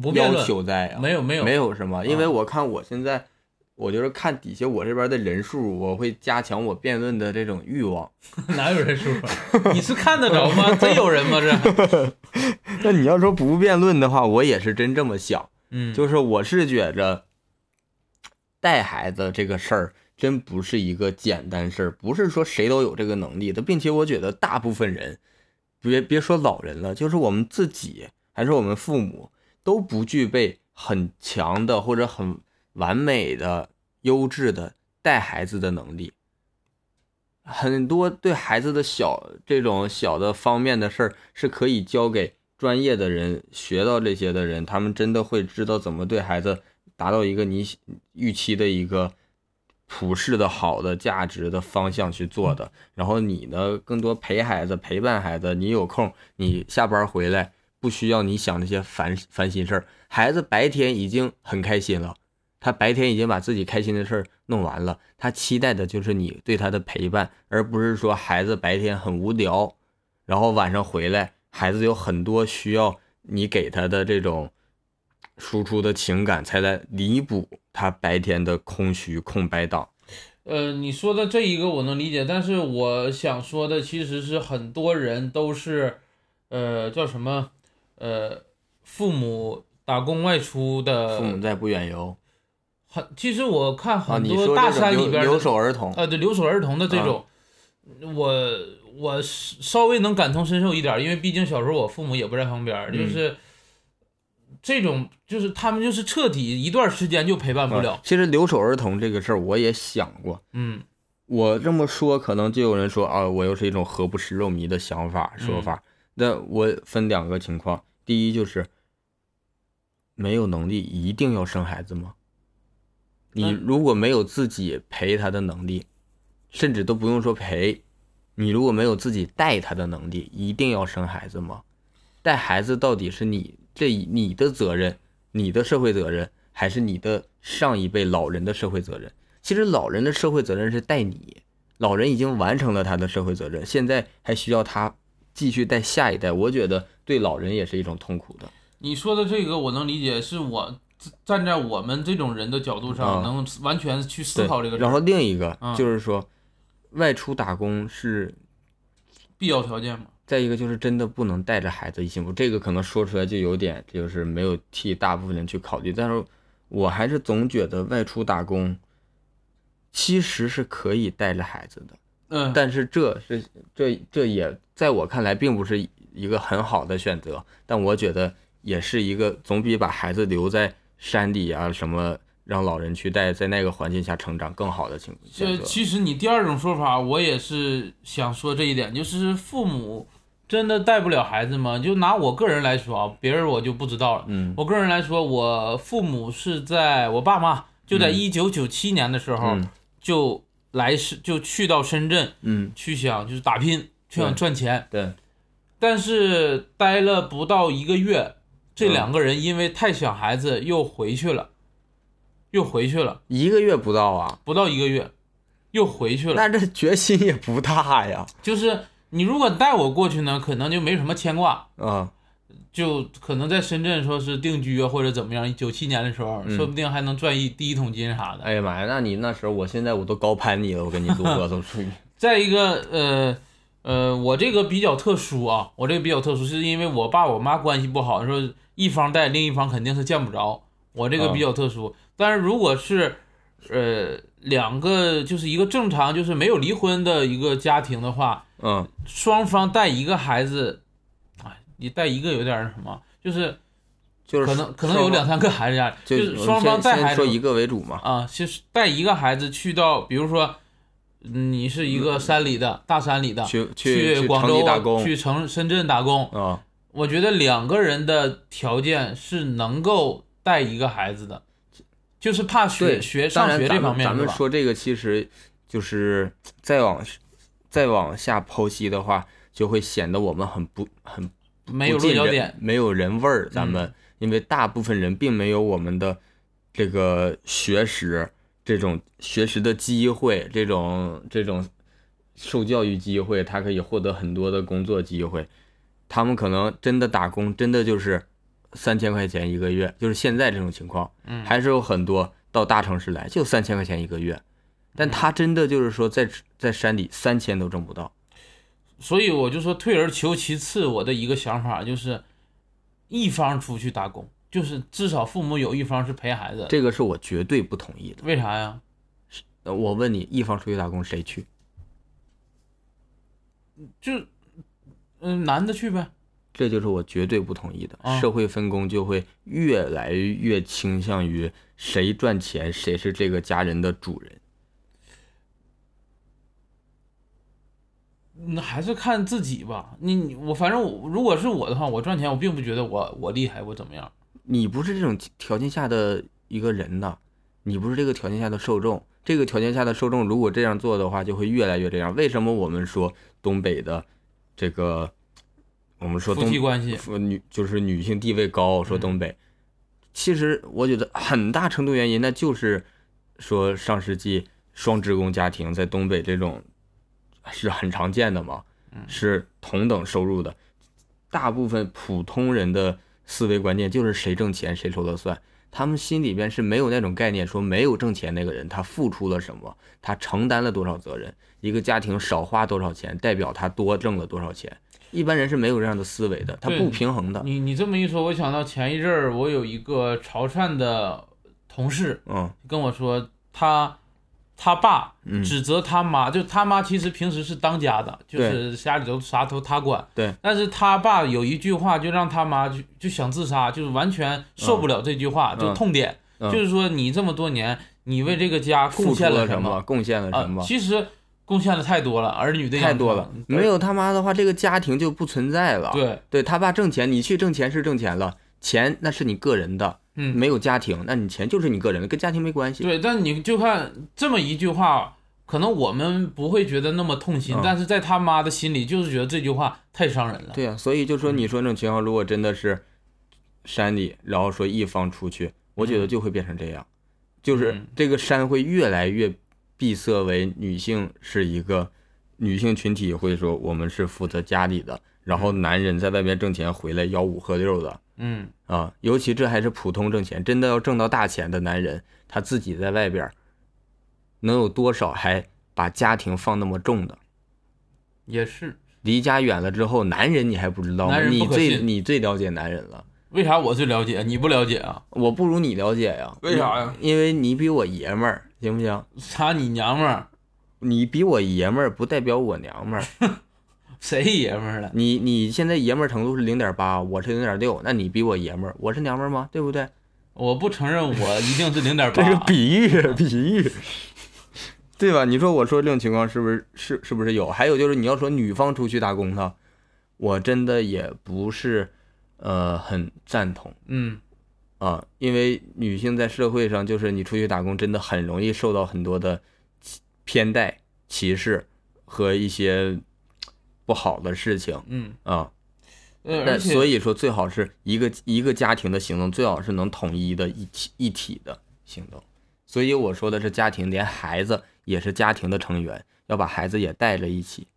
Speaker 1: 不辩
Speaker 2: 要
Speaker 1: 论，
Speaker 2: 求在啊？
Speaker 1: 没有没有
Speaker 2: 没有是吗？因为我看我现在，我就是看底下我这边的人数，我会加强我辩论的这种欲望。
Speaker 1: 哪有人说？ 你是看得着吗？真有人吗？这，
Speaker 2: 那你要说不辩论的话，我也是真这么想，
Speaker 1: 嗯，
Speaker 2: 就是我是觉着带孩子这个事儿。真不是一个简单事儿，不是说谁都有这个能力的，并且我觉得大部分人，别别说老人了，就是我们自己还是我们父母，都不具备很强的或者很完美的、优质的带孩子的能力。很多对孩子的小这种小的方面的事儿，是可以交给专业的人学到这些的人，他们真的会知道怎么对孩子达到一个你预期的一个普世的好的价值的方向去做的。然后你呢，更多陪孩子、陪伴孩子，你有空，你下班回来不需要你想那些烦烦心事儿。孩子白天已经很开心了，他白天已经把自己开心的事儿弄完了，他期待的就是你对他的陪伴，而不是说孩子白天很无聊，然后晚上回来，孩子有很多需要你给他的这种输出的情感，才来弥补他白天的空虚空白档。
Speaker 1: 呃，你说的这一个我能理解，但是我想说的其实是很多人都是，呃，叫什么，呃，父母打工外出
Speaker 2: 父母
Speaker 1: 的，
Speaker 2: 在不远游
Speaker 1: 很其实我看
Speaker 2: 啊，
Speaker 1: 呃很
Speaker 2: 你
Speaker 1: 多
Speaker 2: 说
Speaker 1: 大
Speaker 2: 这种
Speaker 1: 山里
Speaker 2: 留
Speaker 1: 边的，
Speaker 2: 留守啊儿童，
Speaker 1: 呃，对留守儿童的这种，我我稍微能感同身受一点儿，因为毕竟小时候我父母也不在旁边儿，就
Speaker 2: 嗯
Speaker 1: 是这种就是他们就是彻底一段时间就陪伴不了。
Speaker 2: 啊其实留守儿童这个事儿我也想过，
Speaker 1: 嗯
Speaker 2: 我这么说可能就有人说啊，我又是一种何不食肉糜的想法说法。那、我分两个情况，第一就是没有能力一定要生孩子吗？你
Speaker 1: 嗯
Speaker 2: 如果没有自己陪他的能力，甚至都不用说陪，你如果没有自己带他的能力，一定要生孩子吗？带孩子到底是你这你的责任，你的社会责任，还是你的上一辈老人的社会责任？其实老人的社会责任是带你，老人已经完成了他的社会责任，现在还需要他继续带下一代，我觉得对老人也是一种痛苦的。
Speaker 1: 你说的这个我能理解，是我站在我们这种人的角度上，
Speaker 2: 嗯
Speaker 1: 能完全去思
Speaker 2: 对
Speaker 1: 考这个事儿。
Speaker 2: 然后另一个
Speaker 1: 嗯
Speaker 2: 就是说，外出打工是
Speaker 1: 必要条件嘛，
Speaker 2: 再一个就是真的不能带着孩子一起我这个可能说出来就有点就是没有替大部分人去考虑，但是我还是总觉得外出打工其实是可以带着孩子的。
Speaker 1: 嗯，
Speaker 2: 但是这是这这也在我看来并不是一个很好的选择，但我觉得也是一个总比把孩子留在山底啊什么让老人去带，在那个环境下成长更好的情
Speaker 1: 这
Speaker 2: 选择。
Speaker 1: 其实你第二种说法，我也是想说这一点，就是父母真的带不了孩子吗？就拿我个人来说啊，别人我就不知道了。
Speaker 2: 嗯
Speaker 1: 我个人来说，我父母是在我爸妈就在
Speaker 2: 嗯
Speaker 1: 一九九七年的时候、
Speaker 2: 嗯
Speaker 1: 就来是就去到深圳
Speaker 2: 嗯，
Speaker 1: 去想就是打拼，去想
Speaker 2: 对
Speaker 1: 赚钱。
Speaker 2: 对，
Speaker 1: 但是待了不到一个月，这两个人因为太想孩子又回去了，又回去了，
Speaker 2: 一个月不到 啊，
Speaker 1: 不到一个月，又回去了。
Speaker 2: 那这决心也不大呀。
Speaker 1: 就是你如果带我过去呢，可能就没什么牵挂，
Speaker 2: 啊，
Speaker 1: 就可能在深圳说是定居啊或者怎么样。九七年的时候，
Speaker 2: 嗯
Speaker 1: 说不定还能赚一第一桶金啥的。
Speaker 2: 哎呀妈呀，那你那时候，我现在我都高攀你了，我跟你说，都 属于
Speaker 1: 再一个，呃。呃，我这个比较特殊啊，我这个比较特殊，是因为我爸我妈关系不好，说一方带，另一方肯定是见不着。我这个
Speaker 2: 啊
Speaker 1: 比较特殊，但是如果是，呃，两个就是一个正常就是没有离婚的一个家庭的话，
Speaker 2: 嗯
Speaker 1: 双方带一个孩子，哎，你带一个有点儿什么，就是
Speaker 2: 就是
Speaker 1: 可能可能有两三个孩子啊，
Speaker 2: 就是
Speaker 1: 双方带
Speaker 2: 先
Speaker 1: 孩
Speaker 2: 先说
Speaker 1: 子
Speaker 2: 一个为主嘛。
Speaker 1: 啊，就是带一个孩子去到，比如说嗯你是一个山里的大山里的，
Speaker 2: 去
Speaker 1: 啊去
Speaker 2: 去
Speaker 1: 广
Speaker 2: 城
Speaker 1: 州
Speaker 2: 里打工
Speaker 1: 去城深圳打工，
Speaker 2: 啊，
Speaker 1: 我觉得两个人的条件是能够带一个孩子的，就是怕学
Speaker 2: 对，
Speaker 1: 学
Speaker 2: 当
Speaker 1: 上
Speaker 2: 然
Speaker 1: 学
Speaker 2: 咱
Speaker 1: 这
Speaker 2: 们
Speaker 1: 方面
Speaker 2: 咱
Speaker 1: 是
Speaker 2: 们
Speaker 1: 吧？
Speaker 2: 说这个其实就是再往再往下剖析的话，就会显得我们很不很
Speaker 1: 没有
Speaker 2: 不
Speaker 1: 落
Speaker 2: 近
Speaker 1: 脚
Speaker 2: 人
Speaker 1: 点，，嗯
Speaker 2: 没有人味儿。咱们、因为大部分人并没有我们的这个学识，这种学识的机会，这种这种受教育机会，他可以获得很多的工作机会。他们可能真的打工，真的就是三千块钱一个月，就是现在这种情况。
Speaker 1: 嗯，
Speaker 2: 还是有很多到大城市来就三千块钱一个月，但
Speaker 1: 嗯
Speaker 2: 他真的就是说在在山里三千都挣不到。
Speaker 1: 所以我就说退而求其次，我的一个想法就是，一方出去打工，就是至少父母有一方是陪孩子，
Speaker 2: 这个是我绝对不同意的。
Speaker 1: 为啥呀？
Speaker 2: 呃我问你，一方出去打工谁去？
Speaker 1: 就嗯、男的去呗，
Speaker 2: 这就是我绝对不同意的
Speaker 1: 啊。
Speaker 2: 社会分工就会越来越倾向于谁赚钱，谁是这个家人的主人。
Speaker 1: 那嗯还是看自己吧。你你我反正我如果是我的话，我赚钱，我并不觉得我我厉害，我怎么样。
Speaker 2: 你不是这种条件下的一个人呐，你不是这个条件下的受众。这个条件下的受众如果这样做的话，就会越来越这样。为什么我们说东北的这个，我们说
Speaker 1: 夫
Speaker 2: 东
Speaker 1: 妻关系，
Speaker 2: 妇女就是女性地位高，说东北，其实我觉得很大程度原因那就是说上世纪双职工家庭在东北这种是很常见的嘛，是同等收入的。大部分普通人的思维观念就是谁挣钱谁说了算，他们心里边是没有那种概念，说没有挣钱那个人他付出了什么，他承担了多少责任，一个家庭少花多少钱代表他多挣了多少钱。一般人是没有这样的思维的，他
Speaker 1: 对
Speaker 2: 不平衡的。
Speaker 1: 你你这么一说，我想到前一阵儿我有一个潮汕的同事
Speaker 2: 嗯
Speaker 1: 跟我说，他他爸
Speaker 2: 嗯
Speaker 1: 指责他妈，就他妈其实平时是当家的，就是家里头啥都他管。
Speaker 2: 对。
Speaker 1: 但是他爸有一句话就让他妈就就想自杀，就是完全受不了这句话，
Speaker 2: 嗯
Speaker 1: 就痛点，
Speaker 2: 嗯
Speaker 1: 就是说你这么多年，你为这个家贡
Speaker 2: 付出
Speaker 1: 献
Speaker 2: 了
Speaker 1: 了
Speaker 2: 什
Speaker 1: 么？
Speaker 2: 贡献了什
Speaker 1: 啊
Speaker 2: 么，？
Speaker 1: 其实贡献了太多了，儿女的
Speaker 2: 太
Speaker 1: 养
Speaker 2: 多
Speaker 1: 成
Speaker 2: 了，没有他妈的话，这个家庭就不存在了。
Speaker 1: 对，
Speaker 2: 对他爸挣钱，你去挣钱是挣钱了，钱那是你个人的，
Speaker 1: 嗯，
Speaker 2: 没有家庭，那你钱就是你个人的，跟家庭没关系。
Speaker 1: 对，但你就看这么一句话，可能我们不会觉得那么痛心，
Speaker 2: 嗯
Speaker 1: 但是在他妈的心里，就是觉得这句话太伤人了。
Speaker 2: 对呀、啊所以就说你说那种情况，如果真的是山里，然后说一方出去，我觉得就会变成这样，就是
Speaker 1: 嗯
Speaker 2: 这个山会越来越闭塞为女性是一个女性群体，会说我们是负责家里的，然后男人在外面挣钱回来吆五喝六的，
Speaker 1: 嗯，
Speaker 2: 啊，尤其这还是普通挣钱，真的要挣到大钱的男人，他自己在外边儿，能有多少还把家庭放那么重的？
Speaker 1: 也是。
Speaker 2: 离家远了之后，男人你还不知道吗？
Speaker 1: 男人不
Speaker 2: 你
Speaker 1: 可
Speaker 2: 最
Speaker 1: 信
Speaker 2: 你最了解男人了，
Speaker 1: 为啥我最了解，你不了解啊？
Speaker 2: 我不如你了解呀。
Speaker 1: 为啥呀
Speaker 2: 因为你比我爷们儿，行不行？
Speaker 1: 啥？你娘们儿？
Speaker 2: 你比我爷们儿不代表我娘们儿。
Speaker 1: 谁爷们儿了？
Speaker 2: 你你现在爷们儿程度是零点八，我是零点六，那你比我爷们儿，我是娘们儿吗？对不对？
Speaker 1: 我不承认，我一定是零点八。啊
Speaker 2: 这个比喻， 比喻，对吧？你说我说这种情况是不是是是不是有？还有就是你要说女方出去打工呢，我真的也不是呃很赞同
Speaker 1: 嗯，
Speaker 2: 啊，因为女性在社会上就是你出去打工真的很容易受到很多的歧偏待、歧视和一些不好的事情
Speaker 1: 嗯，
Speaker 2: 啊。
Speaker 1: 呃，而
Speaker 2: 那
Speaker 1: 且
Speaker 2: 所以说最好是一个一个家庭的行动，最好是能统一的一体一体的行动。所以我说的是家庭，连孩子也是家庭的成员，要把孩子也带着一起。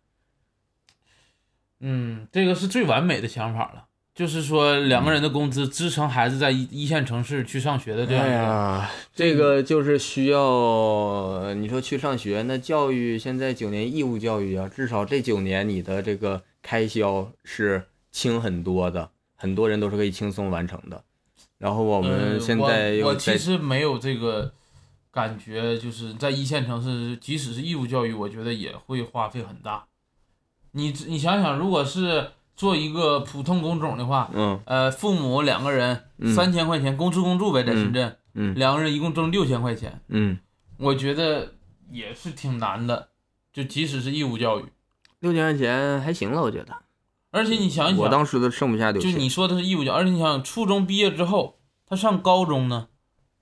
Speaker 1: 嗯，这个是最完美的想法了，就是说两
Speaker 2: 嗯
Speaker 1: 个人的工资支撑孩子在一一线城市去上学的这样一个。
Speaker 2: 哎呀，这个就是需要呃你说去上学，那教育现在九年义务教育啊，至少这九年你的这个开销是轻很多的，很多人都是可以轻松完成的。然后我
Speaker 1: 我
Speaker 2: 们现在
Speaker 1: 呃我
Speaker 2: 又在
Speaker 1: 其实没有这个感觉，就是在一线城市，即使是义务教育，我觉得也会花费很大。你你想想，如果是做一个普通工种的话，
Speaker 2: 嗯
Speaker 1: 呃，父母两个人
Speaker 2: 嗯
Speaker 1: 三千块钱，公吃公住呗，在深圳，
Speaker 2: 嗯
Speaker 1: 两个人一共挣六千块钱，
Speaker 2: 嗯。
Speaker 1: 我觉得也是挺难的。就即使是义务教育，
Speaker 2: 六千块钱还行了，我觉得。
Speaker 1: 而且你想一
Speaker 2: 我
Speaker 1: 想，
Speaker 2: 当时都剩不下六
Speaker 1: 就
Speaker 2: 千。
Speaker 1: 你说的是义务教育，而且你想想，初中毕业之后，他上高中呢，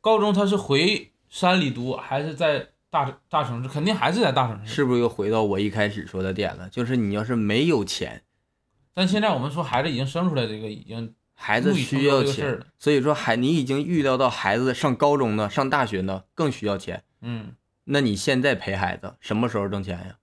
Speaker 1: 高中他是回山里读，还是在大大城市？肯定还是在大城市。
Speaker 2: 是不是又回到我一开始说的点了？就是你要是没有钱，
Speaker 1: 但现在我们说孩子已经生出来，这个已经
Speaker 2: 孩子需要
Speaker 1: 物理成本这个事儿
Speaker 2: 钱
Speaker 1: 了，
Speaker 2: 所以说孩你已经预料到孩子上高中呢、上大学呢更需要钱，
Speaker 1: 嗯，
Speaker 2: 那你现在陪孩子什么时候挣钱呀？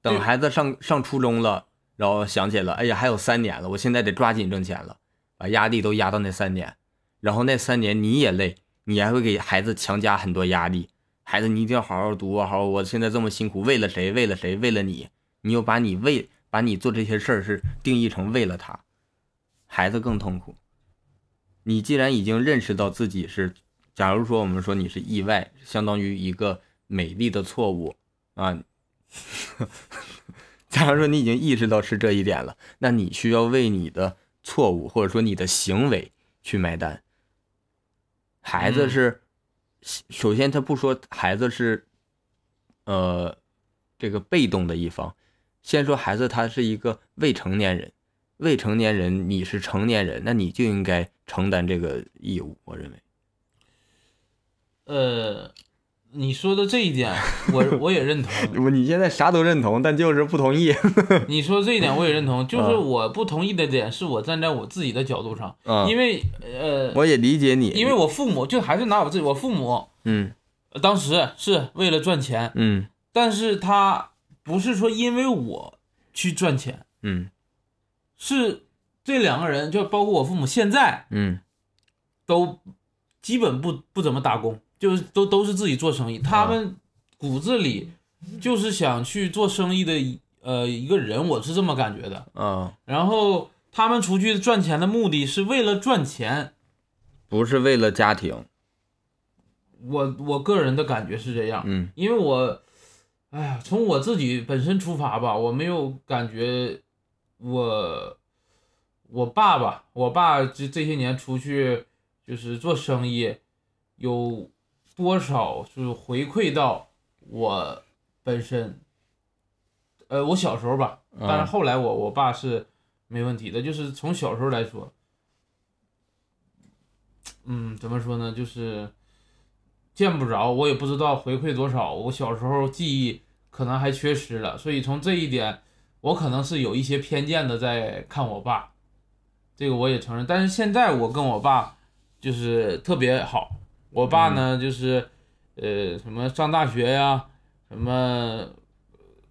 Speaker 2: 等
Speaker 1: 对
Speaker 2: 孩子上上初中了，然后想起来，哎呀，还有三年了，我现在得抓紧挣钱了，把压力都压到那三年，然后那三年你也累，你还会给孩子强加很多压力，孩子你一定要好好读啊，好好，我现在这么辛苦，为了谁？为了谁？为了你，你又把你为把你做这些事儿是定义成为了他，孩子更痛苦。你既然已经认识到自己是假如说我们说你是意外，相当于一个美丽的错误啊。 假如说你已经意识到是这一点了，那你需要为你的错误或者说你的行为去买单。孩子
Speaker 1: 嗯
Speaker 2: 是，首先他不说孩子是，呃，这个被动的一方，先说孩子他是一个未成年人，未成年人你是成年人，那你就应该承担这个义务，我认为。
Speaker 1: 呃，你说的这一点，我我也认同。
Speaker 2: 我你现在啥都认同，但就是不同意。
Speaker 1: 你说这一点我也认同，就是我不同意的点是我站在我自己的角度上，
Speaker 2: 嗯
Speaker 1: 因为呃，
Speaker 2: 我也理解你，
Speaker 1: 因为我父母就还是拿我自己，我父母
Speaker 2: 嗯
Speaker 1: 呃当时是为了赚钱，
Speaker 2: 嗯
Speaker 1: 但是他不是说因为我去赚钱，
Speaker 2: 嗯
Speaker 1: 是这两个人，就包括我父母，现在
Speaker 2: 嗯
Speaker 1: 都基本不不怎么打工，就是都都是自己做生意。他们骨子里就是想去做生意的一呃一个人，我是这么感觉的。
Speaker 2: 啊，
Speaker 1: 然后他们出去赚钱的目的是为了赚钱，
Speaker 2: 不是为了家庭，
Speaker 1: 我我个人的感觉是这样，
Speaker 2: 嗯
Speaker 1: 因为我，哎呀，从我自己本身出发吧，我没有感觉我我爸爸，我爸这这些年出去就是做生意，有多少就是回馈到我本身。呃，我小时候吧，
Speaker 2: 嗯
Speaker 1: 但是后来我我爸是没问题的，就是从小时候来说，嗯，怎么说呢，就是见不着，我也不知道回馈多少。我小时候记忆可能还缺失了，所以从这一点，我可能是有一些偏见的在看我爸，这个我也承认。但是现在我跟我爸就是特别好，我爸呢就是呃什么上大学呀、什么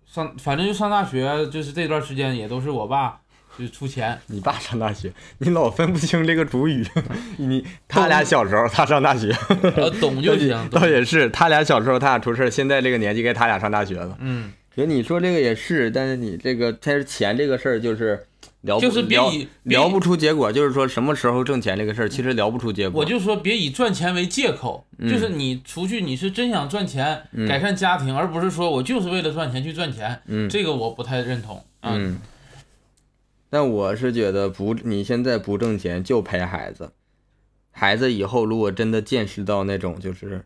Speaker 1: 上反正就上大学，就是这段时间也都是我爸就是出钱。
Speaker 2: 你爸上大学，你老分不清这个主语。 你他俩小时候，他上大学，
Speaker 1: 呃，懂就 行，懂
Speaker 2: 倒也是他俩小时候他俩出事儿，现在这个年纪该他俩上大学了。
Speaker 1: 嗯，
Speaker 2: 觉得你说这个也是，但是你这个但是钱这个事儿就是聊不
Speaker 1: 就是别
Speaker 2: 聊
Speaker 1: 以别以
Speaker 2: 聊不出结果，就是说什么时候挣钱这个事儿，其实聊不出结果。
Speaker 1: 我就说别以赚钱为借口，就是你出去你是真想赚钱、改善家庭，而不是说我就是为了赚钱去赚钱，
Speaker 2: 嗯
Speaker 1: 这个我不太认同。啊，
Speaker 2: 嗯，但我是觉得不，你现在不挣钱就陪孩子，孩子以后如果真的见识到那种就是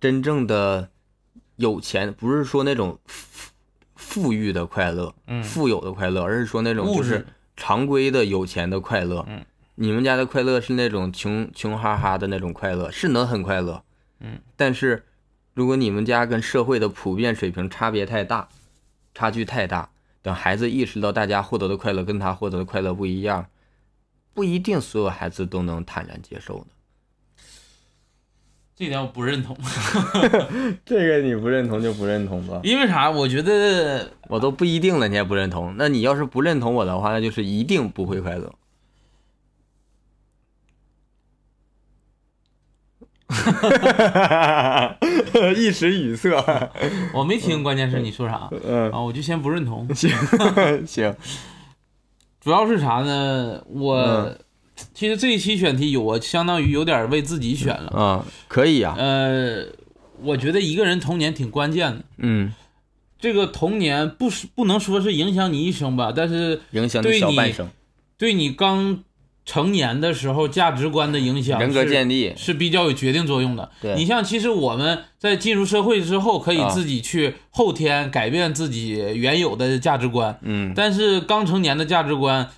Speaker 2: 真正的有钱，不是说那种富富裕的快乐，
Speaker 1: 嗯
Speaker 2: 富有的快乐，而是说那种
Speaker 1: 物
Speaker 2: 就
Speaker 1: 质
Speaker 2: 是常规的有钱的快乐。
Speaker 1: 嗯
Speaker 2: 你们家的快乐是那种穷穷哈哈的那种快乐，是能很快乐，
Speaker 1: 嗯，
Speaker 2: 但是如果你们家跟社会的普遍水平差别太大，差距太大，等孩子意识到大家获得的快乐跟他获得的快乐不一样，不一定所有孩子都能坦然接受的。
Speaker 1: 这点我不认同，
Speaker 2: 这个你不认同就不认同吧，
Speaker 1: 因为啥？我觉得
Speaker 2: 我都不一定了，你也不认同。那你要是不认同我的话，那就是一定不会快乐。 一时语塞，
Speaker 1: 我没听，关键是你说啥、
Speaker 2: 嗯，
Speaker 1: 啊？我就先不认同。
Speaker 2: 行行，
Speaker 1: 主要是啥呢？我、
Speaker 2: 嗯
Speaker 1: 其实这一期选题有我相当于有点为自己选了。
Speaker 2: 啊，可以呀、
Speaker 1: 呃，我觉得一个人童年挺关键的。
Speaker 2: 嗯，
Speaker 1: 这个童年不是不能说是影响你一生吧，但是
Speaker 2: 影响你
Speaker 1: 对
Speaker 2: 小
Speaker 1: 你
Speaker 2: 半生，
Speaker 1: 对你刚成年的时候价值观的影响，
Speaker 2: 人格建
Speaker 1: 立
Speaker 2: 立，
Speaker 1: 是比较有决定作用的。
Speaker 2: 对
Speaker 1: 你像，其实我们在进入社会之后，可以
Speaker 2: 啊
Speaker 1: 自己去后天改变自己原有的价值观，
Speaker 2: 嗯，
Speaker 1: 但是刚成年的价值观，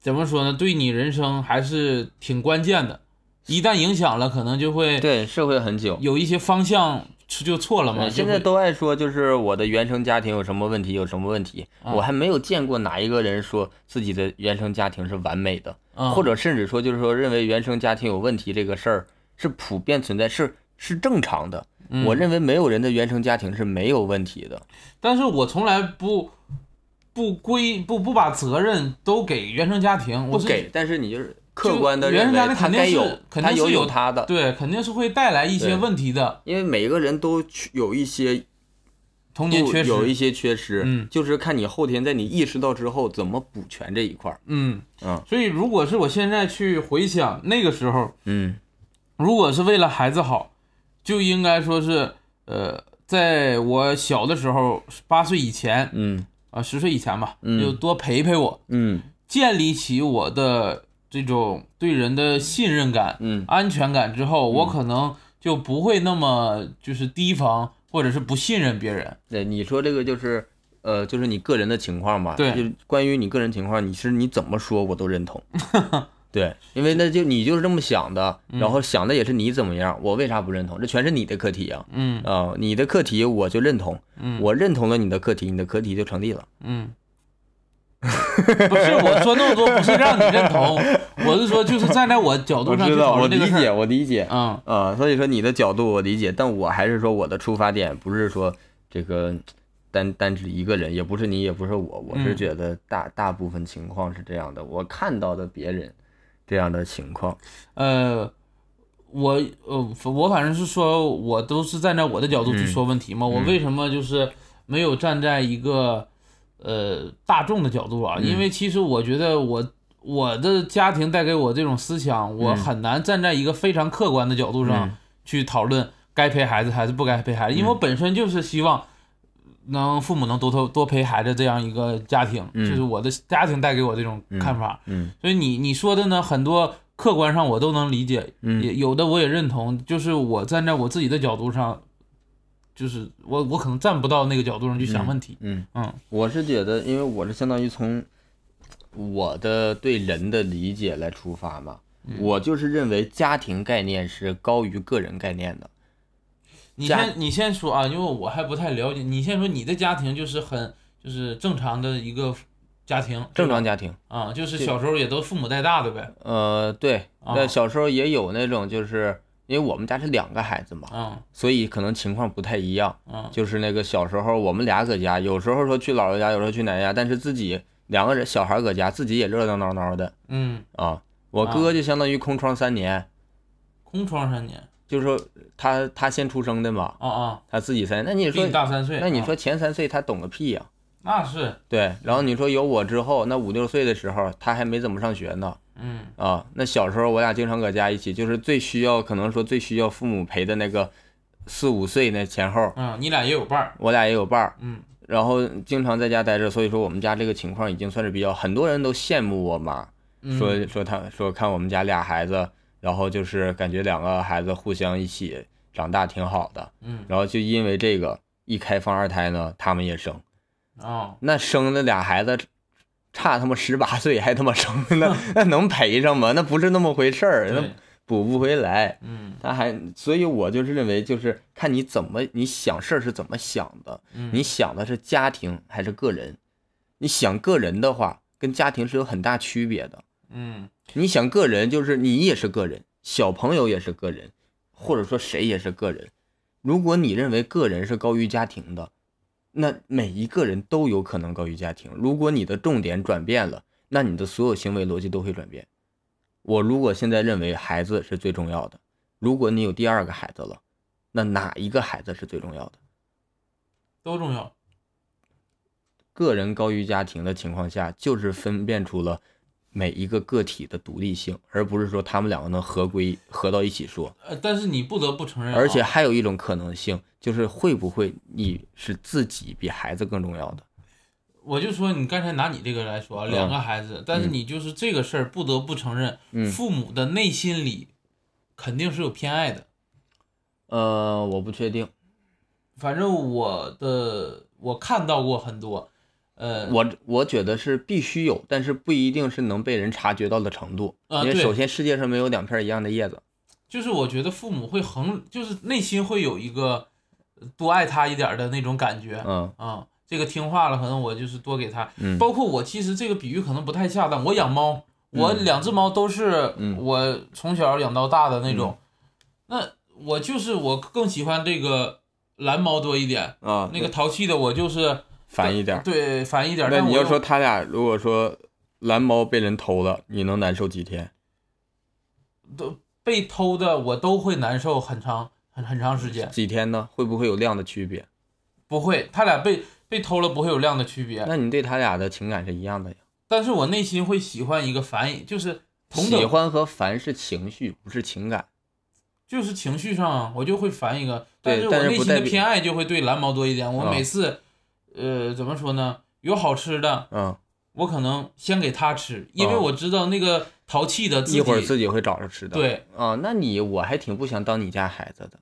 Speaker 1: 怎么说呢？对你人生还是挺关键的，一旦影响了，可能就会
Speaker 2: 对，社会很久。呃
Speaker 1: 有一些方向就错了嘛。
Speaker 2: 对，现
Speaker 1: 就
Speaker 2: 在
Speaker 1: 会
Speaker 2: 都爱说，就是我的原生家庭有什么问题，有什么问题。
Speaker 1: 啊
Speaker 2: 我还没有见过哪一个人说自己的原生家庭是完美的，
Speaker 1: 嗯
Speaker 2: 或者甚至说就是说认为原生家庭有问题这个事儿是普遍存在，是是正常的。
Speaker 1: 嗯
Speaker 2: 我认为没有人的原生家庭是没有问题的。
Speaker 1: 但是我从来不不归不不把责任都给原生家庭，我
Speaker 2: 不
Speaker 1: 是
Speaker 2: 给，但是你就是客观的
Speaker 1: 原
Speaker 2: 认
Speaker 1: 生家
Speaker 2: 为
Speaker 1: 庭
Speaker 2: 他
Speaker 1: 肯定
Speaker 2: 该
Speaker 1: 是
Speaker 2: 有，
Speaker 1: 肯
Speaker 2: 他
Speaker 1: 定
Speaker 2: 有
Speaker 1: 是
Speaker 2: 有
Speaker 1: 有
Speaker 2: 他的，
Speaker 1: 对，肯定是会带来一些
Speaker 2: 对
Speaker 1: 问题的
Speaker 2: 因为每个人都缺有一些
Speaker 1: 童年
Speaker 2: 不
Speaker 1: 缺失。
Speaker 2: 有一些缺失，
Speaker 1: 嗯
Speaker 2: 就是看你后天在你意识到之后怎么补全这一块儿。
Speaker 1: 嗯
Speaker 2: 嗯
Speaker 1: 所以如果是我现在去回想那个时候，
Speaker 2: 嗯
Speaker 1: 如果是为了孩子好，就应该说是呃，在我小的时候，八岁以前
Speaker 2: 嗯
Speaker 1: 啊，十、岁以前吧，
Speaker 2: 嗯
Speaker 1: 就多陪陪我，
Speaker 2: 嗯
Speaker 1: 建立起我的这种对人的信任感。
Speaker 2: 嗯
Speaker 1: 安全感之后，我可能就不会那么就是提防或者是不信任别人。
Speaker 2: 对，你说这个就是，呃，就是你个人的情况嘛。
Speaker 1: 对
Speaker 2: 就是关于你个人情况，你是你怎么说我都认 同。对，因为那就你就是这么想的，
Speaker 1: 嗯
Speaker 2: 然后想的也是你怎么样，我为啥不认同？这全是你的课题呀、
Speaker 1: 嗯
Speaker 2: 啊！你的课题我就认同，
Speaker 1: 嗯
Speaker 2: 我认同了你的课题，你的课题就成立了。
Speaker 1: 嗯， 不是我说那么多，不是让你认同，我是说就是站在我角度上去讨论这个事儿。
Speaker 2: 我理解
Speaker 1: 嗯，
Speaker 2: 啊、所以说你的角度我理解，但我还是说我的出发点不是说这个单单指一个人，也不是你，也不是我，我是
Speaker 1: 嗯
Speaker 2: 觉得大、大部分情况是这样的，我看到的别人这样的情况，
Speaker 1: 呃。我呃，我反正是说，我都是站在我的角度去说问题嘛。
Speaker 2: 嗯
Speaker 1: 我为什么就是没有站在一个呃大众的角度
Speaker 2: 嗯
Speaker 1: 啊？因为其实我觉得我我的家
Speaker 2: 嗯
Speaker 1: 庭带给我这种思想，我很难站在一个非常客观的角度上去讨论该陪孩子还是不该陪孩子，因为我本身就是希望能父母能多多多陪孩子这样一个家庭，
Speaker 2: 嗯
Speaker 1: 就是我的家庭带给我这种看法。
Speaker 2: 嗯
Speaker 1: 所以你你说的呢，很多客观上我都能理解，也
Speaker 2: 嗯
Speaker 1: 有的我也认同，就是我站在我自己的角度上，就是我我可能站不到那个角度上去想问题。
Speaker 2: 嗯，
Speaker 1: 嗯
Speaker 2: 我是觉得，因为我是相当于从我的对人的理解来出发嘛，我就是认为家庭概念是高于个人概念的。
Speaker 1: 你
Speaker 2: 家
Speaker 1: 先你先说啊，因为我还不太了解。你先说你的家庭就是很就是正常的一个家庭，
Speaker 2: 正常家庭，
Speaker 1: 啊，就是
Speaker 2: 对
Speaker 1: 小时候也都父母带大的呗。
Speaker 2: 呃，对，
Speaker 1: 啊
Speaker 2: 那小时候也有那种，就是因为我们家是两个孩子嘛，
Speaker 1: 嗯
Speaker 2: 所以可能情况不太一样。
Speaker 1: 嗯
Speaker 2: 就是那个小时候我们俩搁家，有时候说去姥姥家，有时候去奶奶家，但是自己两个人小孩搁家，自己也热热闹闹的
Speaker 1: 嗯，
Speaker 2: 啊。我
Speaker 1: 啊
Speaker 2: 哥就相当于空窗三年，
Speaker 1: 空窗三年。
Speaker 2: 就是说他他先出生的嘛，
Speaker 1: 啊啊，
Speaker 2: 他自己三年。那你
Speaker 1: 比
Speaker 2: 说
Speaker 1: 你，大三岁。
Speaker 2: 那你
Speaker 1: 啊
Speaker 2: 说前三岁他懂个屁呀、
Speaker 1: 那是
Speaker 2: 对，然后你说有我之后，那五六岁的时候他还没怎么上学呢
Speaker 1: 嗯
Speaker 2: 啊。那小时候我俩经常搁家一起，就是最需要可能说最需要父母陪的那个四五岁那前后，
Speaker 1: 嗯，你俩也有伴儿。
Speaker 2: 我俩也有伴儿。
Speaker 1: 嗯
Speaker 2: 然后经常在家待着，所以说我们家这个情况已经算是比较，很多人都羡慕我妈，
Speaker 1: 嗯
Speaker 2: 说说她说看我们家俩孩子，然后就是感觉两个孩子互相一起长大挺好的，
Speaker 1: 嗯
Speaker 2: 然后就因为这个一开放二胎呢，他们也生，
Speaker 1: 啊
Speaker 2: 那生的俩孩子差他妈十八岁还他妈生， 那那能陪上吗？那不是那么回事儿，那
Speaker 1: 对
Speaker 2: 补不回来。
Speaker 1: 嗯
Speaker 2: 他还，所以我就是认为，就是看你怎么你想事儿是怎么想的，
Speaker 1: 嗯
Speaker 2: 你想的是家庭还是个人？你想个人的话，跟家庭是有很大区别的。
Speaker 1: 嗯
Speaker 2: 你想个人，就是你也是个人，小朋友也是个人，或者说谁也是个人。如果你认为个人是高于家庭的，那每一个人都有可能高于家庭。如果你的重点转变了，那你的所有行为逻辑都会转变。我如果现在认为孩子是最重要的，如果你有第二个孩子了，那哪一个孩子是最重要的？
Speaker 1: 都重要。
Speaker 2: 个人高于家庭的情况下，就是分辨出了每一个个体的独立性，而不是说他们两个能合归合到一起说。
Speaker 1: 呃，但是你不得不承认啊，
Speaker 2: 而且还有一种可能性，就是会不会你是自己比孩子更重要的？
Speaker 1: 我就说你刚才拿你这个来说啊，
Speaker 2: 嗯
Speaker 1: 两个孩子，但是你就是这个事儿不得不承认，
Speaker 2: 嗯
Speaker 1: 父母的内心里肯定是有偏爱的。
Speaker 2: 呃，我不确定，
Speaker 1: 反正我的我看到过很多，呃，
Speaker 2: 我我觉得是必须有，但是不一定是能被人察觉到的程度。
Speaker 1: 啊
Speaker 2: 因为
Speaker 1: 对
Speaker 2: 首先世界上没有两片一样的叶子。
Speaker 1: 就是我觉得父母会衡，就是内心会有一个多爱他一点儿的那种感觉啊、
Speaker 2: 嗯
Speaker 1: 这个听话了，可能我就是多给他。
Speaker 2: 嗯
Speaker 1: 包括我其实这个比喻可能不太恰当，我养猫，我两只猫都是
Speaker 2: 嗯
Speaker 1: 我从小养到大的那种，那我就是我更喜欢这个蓝猫多一点，
Speaker 2: 啊
Speaker 1: 那个淘气的我就是
Speaker 2: 烦一点儿。
Speaker 1: 对烦一点儿。
Speaker 2: 那
Speaker 1: 但
Speaker 2: 你
Speaker 1: 我
Speaker 2: 要
Speaker 1: 又
Speaker 2: 说他俩如果说蓝猫被人偷了，你能难受几天？
Speaker 1: 被偷的，我都会难受很长很很长时间。
Speaker 2: 几天呢？会不会有量的区别？
Speaker 1: 不会，他俩被被偷了不会有量的区别。
Speaker 2: 那你对他俩的情感是一样的呀？
Speaker 1: 但是我内心会喜欢一个反应，就是同
Speaker 2: 喜
Speaker 1: 等，
Speaker 2: 欢和烦是情绪，不是情感。
Speaker 1: 就是情绪上啊我就会烦一个，
Speaker 2: 对
Speaker 1: 是
Speaker 2: 但
Speaker 1: 我
Speaker 2: 是
Speaker 1: 内
Speaker 2: 不
Speaker 1: 心
Speaker 2: 代
Speaker 1: 的
Speaker 2: 表
Speaker 1: 偏爱就会对蓝毛多一点。我
Speaker 2: 啊
Speaker 1: 每次，呃，怎么说呢？有好吃的，
Speaker 2: 嗯，
Speaker 1: 我可能先给他吃，因为
Speaker 2: 啊
Speaker 1: 我知道那个淘气的自己
Speaker 2: 一会儿自己会找着吃的。
Speaker 1: 对，
Speaker 2: 啊、那你我还挺不想当你家孩子的，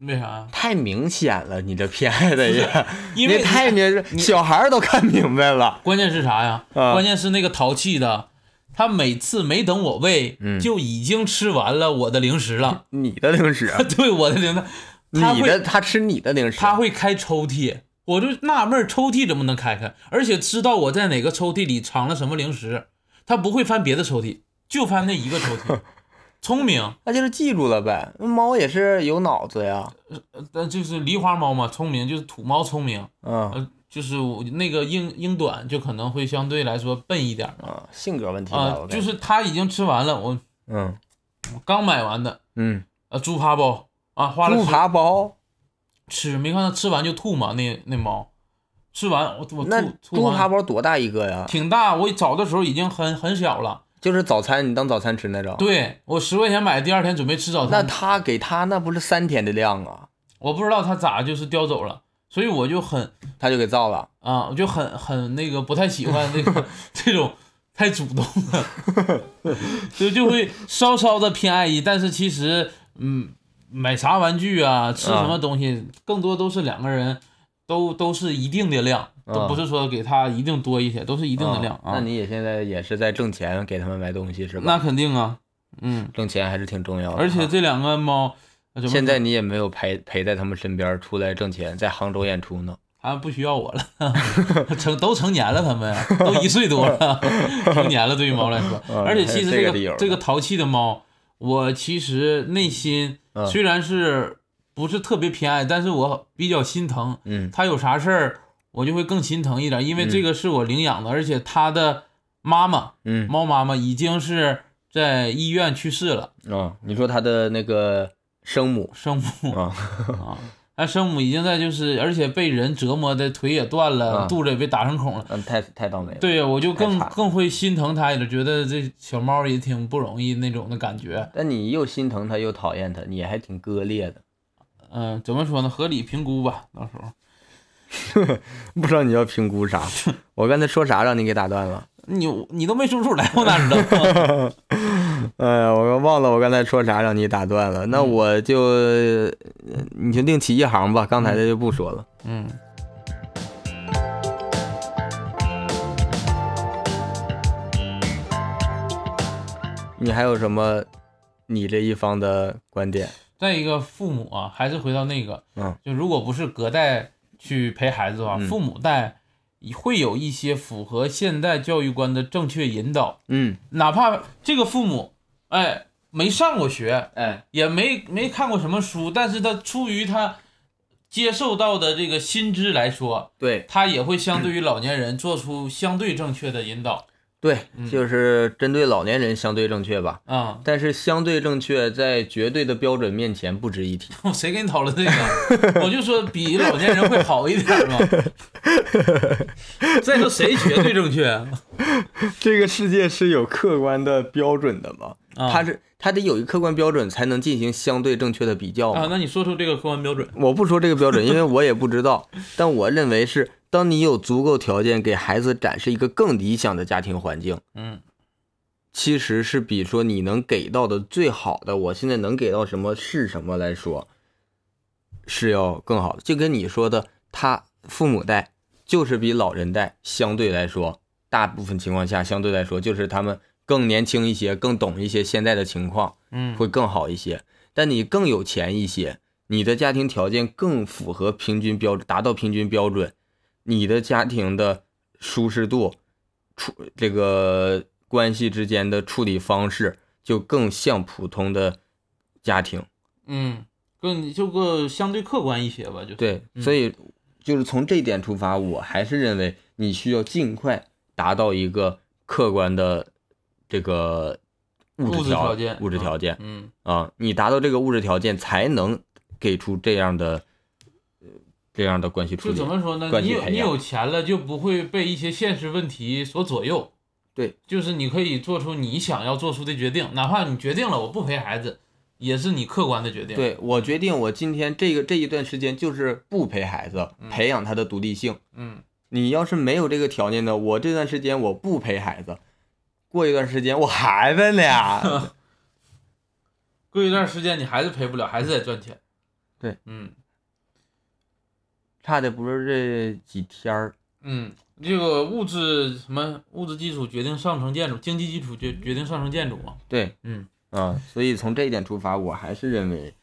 Speaker 1: 为啥？
Speaker 2: 太明显了，你这偏爱的呀，
Speaker 1: 因为
Speaker 2: 你太明，小孩儿都看明白 了。
Speaker 1: 关键是啥呀？
Speaker 2: 啊
Speaker 1: 关键是那个淘气的，他每次没等我喂，
Speaker 2: 嗯
Speaker 1: 就已经吃完了我的零食了。
Speaker 2: 你的零食，啊
Speaker 1: 对我的零食，他
Speaker 2: 嗯你
Speaker 1: 会
Speaker 2: 的他吃你的零食，啊
Speaker 1: 他会开抽屉，我就纳闷儿抽屉怎么能开开，而且知道我在哪个抽屉里藏了什么零食，他不会翻别的抽屉，就翻那一个抽 屉。聪明，
Speaker 2: 那就是记住了呗。猫也是有脑子呀，
Speaker 1: 呃但就是狸花猫嘛，聪明就是土猫聪明，
Speaker 2: 嗯
Speaker 1: 呃，就是我那个英英短就可能会相对来说笨一点儿
Speaker 2: 啊，性格问题吧，
Speaker 1: 啊、
Speaker 2: 我感觉
Speaker 1: 呃就是它已经吃完了，我
Speaker 2: 嗯
Speaker 1: 我刚买完的，
Speaker 2: 嗯，
Speaker 1: 呃，猪扒包啊，花了
Speaker 2: 猪
Speaker 1: 吃
Speaker 2: 扒包，
Speaker 1: 吃，没看它吃完就吐嘛，那那猫吃完我我
Speaker 2: 那
Speaker 1: 吐吐
Speaker 2: 猪
Speaker 1: 完
Speaker 2: 扒包多大一个呀？
Speaker 1: 挺大，我找的时候已经很很小了，
Speaker 2: 就是早餐你当早餐吃那种。
Speaker 1: 对我十块钱买，第二天准备吃早
Speaker 2: 那
Speaker 1: 餐，
Speaker 2: 他给他那不是三天的量啊，
Speaker 1: 我不知道他咋就是叼走了，所以我就很
Speaker 2: 他就给造了。
Speaker 1: 啊，我就很很那个不太喜欢那 个这种太主动了，就就会稍稍的偏爱一，但是其实嗯，买啥玩具啊，吃什么东西，更多都是两个人都都是一定的量，都
Speaker 2: 啊
Speaker 1: 不是说给他一定多一些，都是一定的量啊。
Speaker 2: 那你也现在也是在挣钱给他们买东西是吧？
Speaker 1: 那肯定啊，嗯，
Speaker 2: 挣钱还是挺重要的哈。
Speaker 1: 而且这两个猫。呃怎么
Speaker 2: 现在你也没有陪陪在他们身边出来挣钱，在杭州演出呢。
Speaker 1: 他们不需要我了， 成都成年了，他们啊都一岁多了，成年了对于猫来 说，
Speaker 2: 嗯
Speaker 1: 而且其实这
Speaker 2: 还有这个理由
Speaker 1: 个这个淘气的猫，我其实内心
Speaker 2: 嗯
Speaker 1: 虽然是不是特别偏爱，但是我比较心疼，
Speaker 2: 嗯
Speaker 1: 它有啥事儿我就会更心疼一点，因为这个是我领养的，而且它的妈妈
Speaker 2: 嗯
Speaker 1: 猫妈妈已经是在医院去世了，
Speaker 2: 啊，你说他的那个生母
Speaker 1: 生母
Speaker 2: 啊，
Speaker 1: 啊，那生母已经在就是，而且被人折磨的腿也断了，
Speaker 2: 嗯
Speaker 1: 肚子也被打成孔了。
Speaker 2: 嗯，太太倒霉了。
Speaker 1: 对呀，我就更
Speaker 2: 太惨了
Speaker 1: 更会心疼它一点，觉得这小猫也挺不容易那种的感觉。
Speaker 2: 但你又心疼他，又讨厌他，你还挺割裂的。
Speaker 1: 嗯、怎么说呢？合理评估吧，到时候
Speaker 2: 不知道你要评估 啥？我刚才说啥让你给打断了？
Speaker 1: 你你都没说出来，我哪知 道？
Speaker 2: 哎呀，我忘了我刚才说啥让你打断了。那我就、呃你就另起一行吧，刚才的就不说了。
Speaker 1: 嗯，
Speaker 2: 你还有什么你这一方的观点？
Speaker 1: 再一个，父母啊，还是回到那个，
Speaker 2: 嗯，
Speaker 1: 就如果不是隔代去陪孩子的话，
Speaker 2: 嗯
Speaker 1: 父母带会有一些符合现代教育观的正确引导，
Speaker 2: 嗯，
Speaker 1: 哪怕这个父母，哎，没上过学，
Speaker 2: 哎，
Speaker 1: 也没没看过什么书，但是他出于他接受到的这个新知来说，
Speaker 2: 对
Speaker 1: 他也会相对于老年人做出相对正确的引 导。
Speaker 2: 对
Speaker 1: 嗯，
Speaker 2: 就是针对老年人相对正确吧。
Speaker 1: 啊、
Speaker 2: 但是相对正确在绝对的标准面前不值一提。
Speaker 1: 谁跟你讨论这个？ 我就说比老年人会好一点 嘛。再说谁绝对正 确啊？
Speaker 2: 这个世界是有客观的标准的嘛？它是它得有一个客观标准才能进行相对正确的比较
Speaker 1: 啊，
Speaker 2: 嘛？
Speaker 1: 那你说出这个客观标准，
Speaker 2: 我不说这个标准，因为我也不知道。但我认为是，当你有足够条件给孩子展示一个更理想的家庭环境，
Speaker 1: 嗯
Speaker 2: 其实是比说你能给到的最好的，我现在能给到什么是什么来说，是要更好的。就跟你说的，他父母带就是比老人带相对来说，大部分情况下相对来说就是他们更年轻一些，更懂一些现在的情况，
Speaker 1: 嗯，
Speaker 2: 会更好一些。但你更有钱一些，你的家庭条件更符合平均标准，达到平均标准，你的家庭的舒适度，处这个关系之间的处理方式就更像普通的家庭。
Speaker 1: 嗯，更就个相对客观一些吧，就是
Speaker 2: 对，
Speaker 1: 嗯
Speaker 2: 所以就是从这一点出发，我还是认为你需要尽快达到一个客观的这个物
Speaker 1: 物
Speaker 2: 质
Speaker 1: 质
Speaker 2: 条
Speaker 1: 条件，
Speaker 2: 物质条件。
Speaker 1: 嗯，
Speaker 2: 啊，你达到这个物质条件，才能给出这样的呃这样的关系处
Speaker 1: 就
Speaker 2: 理
Speaker 1: 怎。么说呢？
Speaker 2: 关
Speaker 1: 你
Speaker 2: 系
Speaker 1: 有
Speaker 2: 培
Speaker 1: 你
Speaker 2: 养
Speaker 1: 有钱了，就不会被一些现实问题所左右。
Speaker 2: 对，
Speaker 1: 就是你可以做出你想要做出的决定，哪怕你决定了我不陪孩子，也是你客观的决定。，
Speaker 2: 对我决定，我今天这个这一段时间就是不陪孩子，培养他的独立性。
Speaker 1: 嗯，
Speaker 2: 你要是没有这个条件的，我这段时间我不陪孩子，过一段时间我还问呢。
Speaker 1: 过一段时间你还是陪不了，还是得赚钱。
Speaker 2: 对，
Speaker 1: 嗯
Speaker 2: 差的不是这几天儿，
Speaker 1: 嗯，这个物质什么物质基础决定上层建筑，经济基础决决定上层建筑嘛。
Speaker 2: 对，
Speaker 1: 嗯
Speaker 2: 啊，所以从这一点出发，我还是认为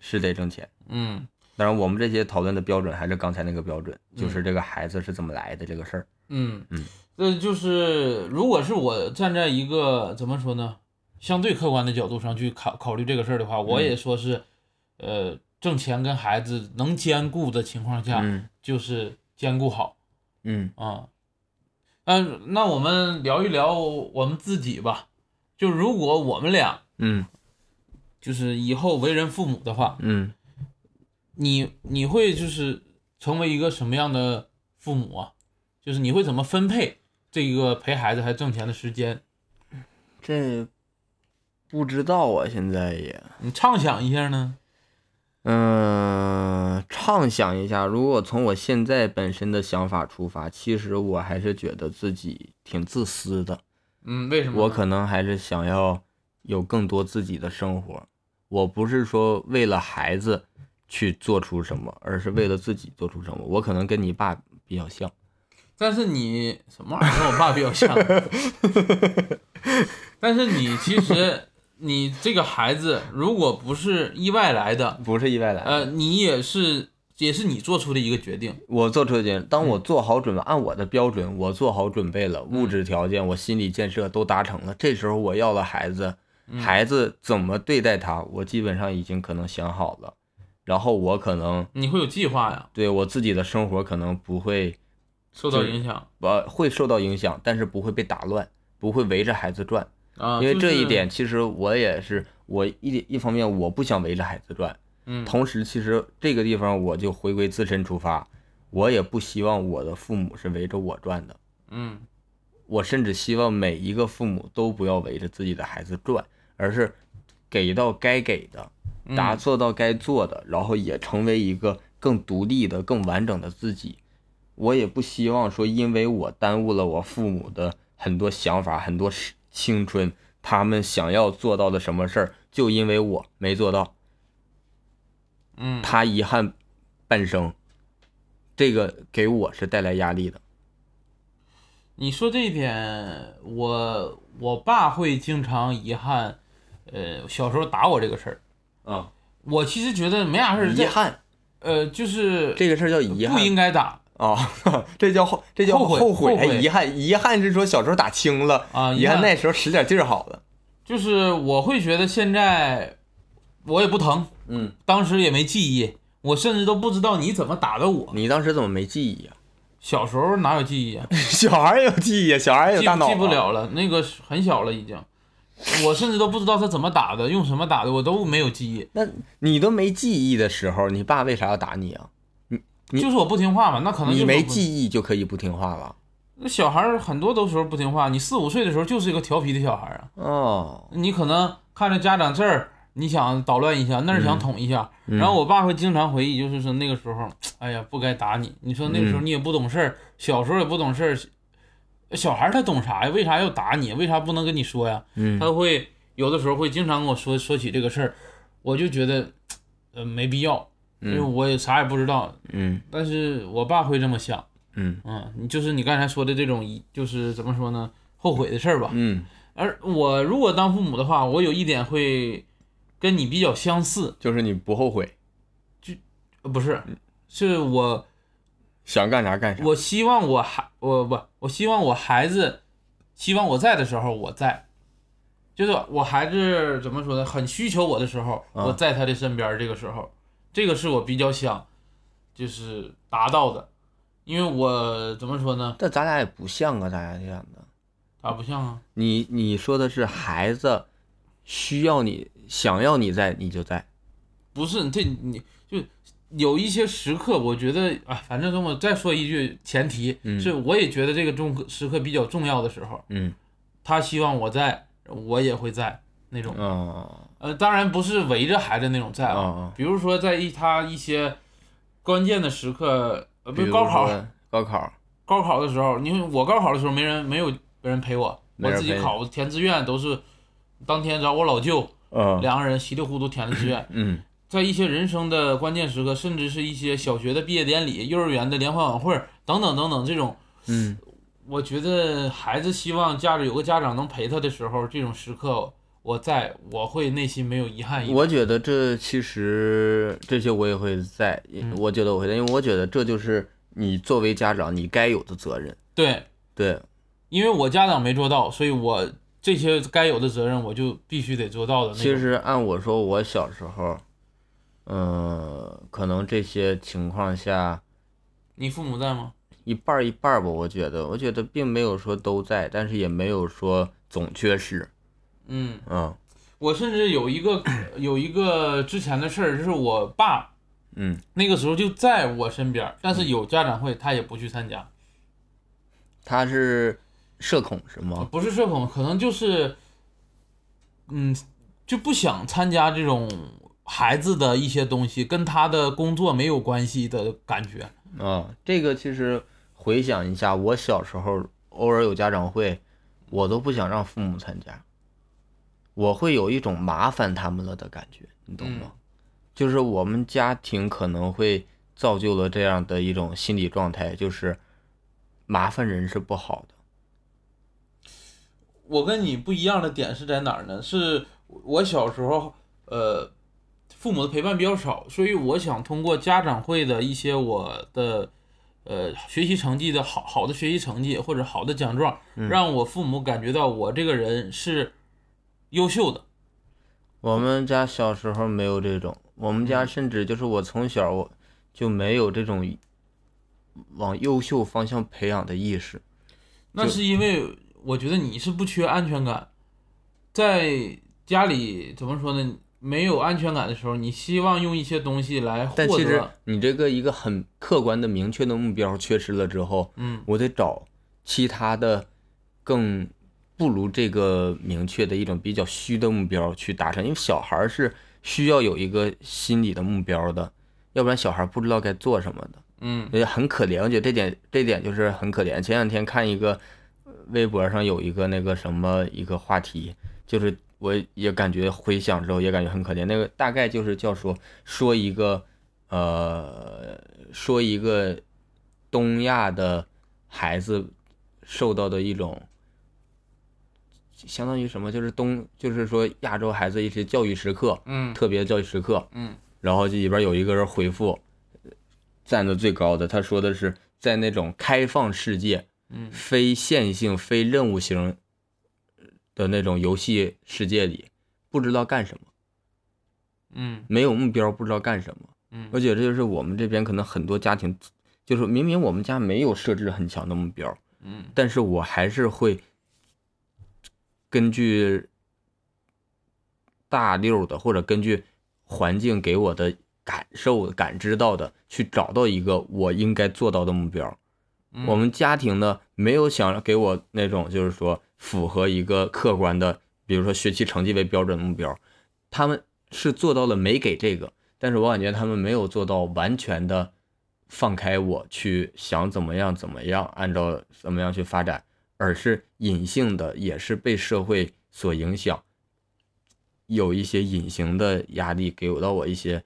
Speaker 2: 是得挣钱。
Speaker 1: 嗯
Speaker 2: 当然，我们这些讨论的标准还是刚才那个标准，就是这个孩子是怎么来的这个事儿。
Speaker 1: 嗯
Speaker 2: 嗯，
Speaker 1: 这就是如果是我站在一个怎么说呢，相对客观的角度上去考考虑这个事儿的话，我也说是，呃，挣钱跟孩子能兼顾的情况下，
Speaker 2: 嗯
Speaker 1: 就是兼顾好
Speaker 2: 嗯。
Speaker 1: 啊。嗯、那我们聊一聊我们自己吧。就如果我们俩
Speaker 2: 嗯
Speaker 1: 就是以后为人父母的话，
Speaker 2: 嗯
Speaker 1: 你你会就是成为一个什么样的父母啊？就是你会怎么分配这个陪孩子还挣钱的时间？
Speaker 2: 这不知道啊，现在也，
Speaker 1: 你畅想一下呢？
Speaker 2: 嗯、畅想一下，如果从我现在本身的想法出发，其实我还是觉得自己挺自私的。
Speaker 1: 嗯，为什么呢？
Speaker 2: 我可能还是想要有更多自己的生活。我不是说为了孩子去做出什么，而是为了自己做出什么。我可能跟你爸比较像，
Speaker 1: 但是你什么玩意儿跟我爸比较 像？但是你其实你这个孩子，如果不是意外来的，
Speaker 2: 不是意外来的。
Speaker 1: 呃，你也是也是你做出的一个决定。
Speaker 2: 我做出的决定，当
Speaker 1: 嗯
Speaker 2: 我做好准备，按我的标准，我做好准备了，物质条件、我心理建设都达成了，这时候我要了孩子，
Speaker 1: 嗯
Speaker 2: 孩子怎么对待他，我基本上已经可能想好了，然后我可能
Speaker 1: 你会有计划呀，
Speaker 2: 对我自己的生活可能不会
Speaker 1: 受到
Speaker 2: 就是
Speaker 1: 影响
Speaker 2: 呃会受到影响，但是不会被打乱，不会围着孩子转，
Speaker 1: 啊，
Speaker 2: 因为这
Speaker 1: 就是
Speaker 2: 一点，其实我也是，我一一方面我不想围着孩子转，
Speaker 1: 嗯，
Speaker 2: 同时，其实这个地方我就回归自身出发，我也不希望我的父母是围着我转的，
Speaker 1: 嗯
Speaker 2: 我甚至希望每一个父母都不要围着自己的孩子转，而是给到该给的，达
Speaker 1: 嗯
Speaker 2: 做到该做的，然后也成为一个更独立的、更完整的自己。我也不希望说，因为我耽误了我父母的很多想法、很多时青春，他们想要做到的什么事儿，就因为我没做到，
Speaker 1: 嗯，
Speaker 2: 他遗憾半生，这个给我是带来压力的。
Speaker 1: 你说这一点，我我爸会经常遗憾，呃，小时候打我这个事儿。
Speaker 2: 啊，
Speaker 1: 我其实觉得没啥事儿，
Speaker 2: 遗
Speaker 1: 这
Speaker 2: 憾
Speaker 1: 呃，就是
Speaker 2: 这个事儿叫遗
Speaker 1: 不
Speaker 2: 憾
Speaker 1: 应该打
Speaker 2: 啊， 这叫后这叫
Speaker 1: 后悔
Speaker 2: 后悔，
Speaker 1: 后
Speaker 2: 还
Speaker 1: 悔
Speaker 2: 遗憾遗憾是说小时候打轻了，
Speaker 1: 啊，
Speaker 2: 遗憾那时候使点劲儿好了。
Speaker 1: 就是我会觉得现在我也不疼，
Speaker 2: 嗯，
Speaker 1: 当时也没记忆，我甚至都不知道你怎么打的我。
Speaker 2: 你当时怎么没记忆啊？
Speaker 1: 小时候哪有记忆啊？
Speaker 2: 小孩儿有记忆啊，小孩儿有
Speaker 1: 记
Speaker 2: 大脑、啊
Speaker 1: 记不。了了，那个是很小了已经。我甚至都不知道他怎么打的，用什么打的，我都没有记忆。
Speaker 2: 那你都没记忆的时候，你爸为啥要打你啊？你
Speaker 1: 就是我不听话嘛，那可能就是
Speaker 2: 你
Speaker 1: 我
Speaker 2: 没
Speaker 1: 不
Speaker 2: 记。忆就可以不听话了？
Speaker 1: 那小孩儿很多都时候不听话，你四五岁的时候就是一个调皮的小孩儿啊。
Speaker 2: 哦，
Speaker 1: 你可能看着家长这儿，你想捣乱一下，那儿
Speaker 2: 嗯
Speaker 1: 想捅一下。然后我爸会经常回忆，就是说那个时候，哎呀，不该打你。你说那
Speaker 2: 嗯
Speaker 1: 个时候你也不懂事儿，小时候也不懂事儿，小孩儿他懂啥呀？为啥要打你？为啥不能跟你说呀？
Speaker 2: 嗯
Speaker 1: 他会有的时候会经常跟我说说起这个事儿，我就觉得，呃，没必要，因为
Speaker 2: 嗯
Speaker 1: 我也啥也不知道。
Speaker 2: 嗯
Speaker 1: 但是我爸会这么想，
Speaker 2: 嗯
Speaker 1: 嗯，你就是你刚才说的这种遗，就是怎么说呢，后悔的事儿吧。
Speaker 2: 嗯，
Speaker 1: 而我如果当父母的话，我有一点会跟你比较相似，
Speaker 2: 就是你不后悔，
Speaker 1: 呃不是，
Speaker 2: 嗯
Speaker 1: 是我
Speaker 2: 想干啥干啥。
Speaker 1: 我希望我孩我不我希望我孩子希望我在的时候我在，就是我孩子怎么说呢，很需求我的时候，
Speaker 2: 啊
Speaker 1: 我在他的身边儿。这个时候，这个是我比较想就是达到的，因为我怎么说呢，
Speaker 2: 但咱俩也不像啊，咱俩这样的。
Speaker 1: 咋不像啊？
Speaker 2: 你你说的是孩子需要你，想要你在你就在，
Speaker 1: 不是这你就有一些时刻，我觉得啊，反正跟我再说一句前提，
Speaker 2: 嗯
Speaker 1: 是我也觉得这个重时刻比较重要的时候，
Speaker 2: 嗯
Speaker 1: 他希望我在，我也会在那种，
Speaker 2: 啊
Speaker 1: 呃，当然不是围着孩子那种在
Speaker 2: 啊
Speaker 1: 啊，
Speaker 2: 啊，
Speaker 1: 比如说在一他一些关键的时刻，呃，不
Speaker 2: 比
Speaker 1: 是
Speaker 2: 如
Speaker 1: 高考，
Speaker 2: 说高考，
Speaker 1: 高考的时候，因为我高考的时候没人没有人陪我，
Speaker 2: 没
Speaker 1: 我
Speaker 2: 人
Speaker 1: 自己
Speaker 2: 陪你
Speaker 1: 考填志愿都是当天找我老舅
Speaker 2: 嗯
Speaker 1: 两个人稀里糊涂填的志 愿。
Speaker 2: 嗯
Speaker 1: 在一些人生的关键时刻，甚至是一些小学的毕业典礼、幼儿园的联欢晚会儿等等等等这种，
Speaker 2: 嗯，
Speaker 1: 我觉得孩子希望家里有个家长能陪他的时候，这种时刻我在，我会内心没有遗憾一点。
Speaker 2: 我觉得这其实这些我也会在，我觉得我会在，因为我觉得这就是你作为家长你该有的责任。
Speaker 1: 对，
Speaker 2: 对，
Speaker 1: 因为我家长没做到，所以我这些该有的责任我就必须得做到的那种。
Speaker 2: 其实按我说，我小时候，嗯，可能这些情况下，
Speaker 1: 你父母在吗？
Speaker 2: 一半儿一半儿吧，我觉得，我觉得并没有说都在，但是也没有说总缺失，
Speaker 1: 嗯，
Speaker 2: 嗯
Speaker 1: 我甚至有一个 有一个之前的事儿，就是我爸
Speaker 2: 嗯，
Speaker 1: 那个时候就在我身边儿，但是有家长会他也不去参加。
Speaker 2: 他是社恐是吗？哦
Speaker 1: 不是社恐，可能就是嗯就不想参加这种孩子的一些东西，跟他的工作没有关系的感觉。
Speaker 2: 啊，这个其实回想一下，我小时候偶尔有家长会，我都不想让父母参加，我会有一种麻烦他们了的感觉，你懂吗？就是我们家庭可能会造就了这样的一种心理状态，就是麻烦人是不好的。
Speaker 1: 我跟你不一样的点是在哪儿呢？是我小时候，呃，父母的陪伴比较少，所以我想通过家长会的一些我的，呃，学习成绩的好好的学习成绩或者好的奖状，
Speaker 2: 嗯
Speaker 1: 让我父母感觉到我这个人是优秀的。
Speaker 2: 我们家小时候没有这种，我们
Speaker 1: 嗯
Speaker 2: 家甚至就是我从小我就没有这种往优秀方向培养的意识。
Speaker 1: 那是因为我觉得你是不缺安全感，在家里怎么说呢？没有安全感的时候，你希望用一些东西来获
Speaker 2: 但其实
Speaker 1: 得，
Speaker 2: 你这个一个很客观的、明确的目标缺失了之后，
Speaker 1: 嗯，
Speaker 2: 我得找其他的更不如这个明确的一种比较虚的目标去达成，因为小孩儿是需要有一个心理的目标的，要不然小孩儿不知道该做什么的。
Speaker 1: 嗯
Speaker 2: 也很可怜，我觉得这点这点就是很可怜。前两天看一个呃微博上有一个那个什么一个话题，就是我也感觉回想之后也感觉很可怜。那个大概就是叫说说一个呃说一个东亚的孩子受到的一种。相当于什么？就是东，就是说亚洲孩子一些教育时刻，
Speaker 1: 嗯
Speaker 2: 特别教育时刻，
Speaker 1: 嗯，
Speaker 2: 然后这里边有一个人回复，呃站的最高的，他说的是在那种开放世界、
Speaker 1: 嗯
Speaker 2: 非线性、非任务型的那种游戏世界里，不知道干什么，
Speaker 1: 嗯
Speaker 2: 没有目标，不知道干什么。
Speaker 1: 嗯
Speaker 2: 我觉得这就是我们这边可能很多家庭，就是明明我们家没有设置很强的目标，
Speaker 1: 嗯，
Speaker 2: 但是我还是会根据大溜儿的，或者根据环境给我的感受、感知到的，去找到一个我应该做到的目标。
Speaker 1: 嗯
Speaker 2: 我们家庭呢，没有想给我那种就是说符合一个客观的，比如说学习成绩为标准目标，他们是做到了没给这个，但是我感觉他们没有做到完全的放开我去想怎么样怎么样，按照怎么样去发展，而是隐性的，也是被社会所影响，有一些隐形的压力给我到我一些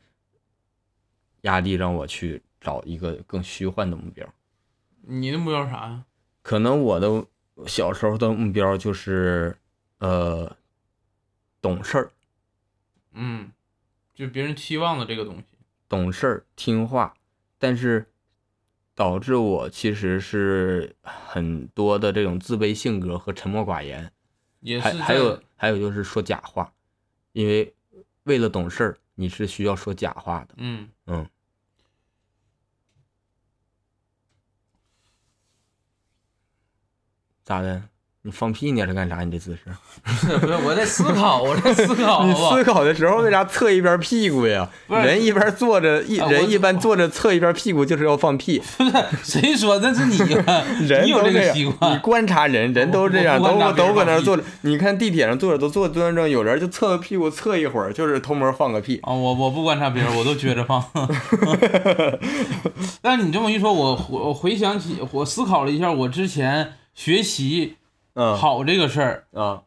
Speaker 2: 压力，让我去找一个更虚幻的目标。
Speaker 1: 你的目标是啥呀？
Speaker 2: 可能我的小时候的目标就是，呃，懂事儿，
Speaker 1: 嗯，就别人期望的这个东西。
Speaker 2: 懂事儿，听话，但是导致我其实是很多的这种自卑性格和沉默寡言，
Speaker 1: 也是
Speaker 2: 还
Speaker 1: 在
Speaker 2: 还有还有就是说假话，因为为了懂事儿，你是需要说假话的，
Speaker 1: 嗯
Speaker 2: 嗯，咋的？你放屁你是干啥？你这姿势？
Speaker 1: 不是不是我在思考，我在思考，
Speaker 2: 你
Speaker 1: 好不好
Speaker 2: 思？考的时候为啥侧一边屁股呀？
Speaker 1: 哦不是
Speaker 2: 人一边坐着，一
Speaker 1: 啊我
Speaker 2: 人一般坐着侧一边屁股就是要放屁。
Speaker 1: 谁说那是你呀？
Speaker 2: 人
Speaker 1: 你有
Speaker 2: 都
Speaker 1: 这
Speaker 2: 这
Speaker 1: 个
Speaker 2: 样，
Speaker 1: 习
Speaker 2: 你
Speaker 1: 惯？
Speaker 2: 观察人，人都这样，
Speaker 1: 我我
Speaker 2: 都
Speaker 1: 观察别人
Speaker 2: 都搁那
Speaker 1: 放
Speaker 2: 儿
Speaker 1: 屁
Speaker 2: 坐着。你看地铁上坐着都坐端正，有人就侧个屁股侧一会儿，就是偷摸放个屁。
Speaker 1: 啊，我我不观察别人，我都撅着 放。 但是你这么一说，我回我回想起，我思考了一下，我之前学习
Speaker 2: 嗯
Speaker 1: 好这个事儿，
Speaker 2: 啊，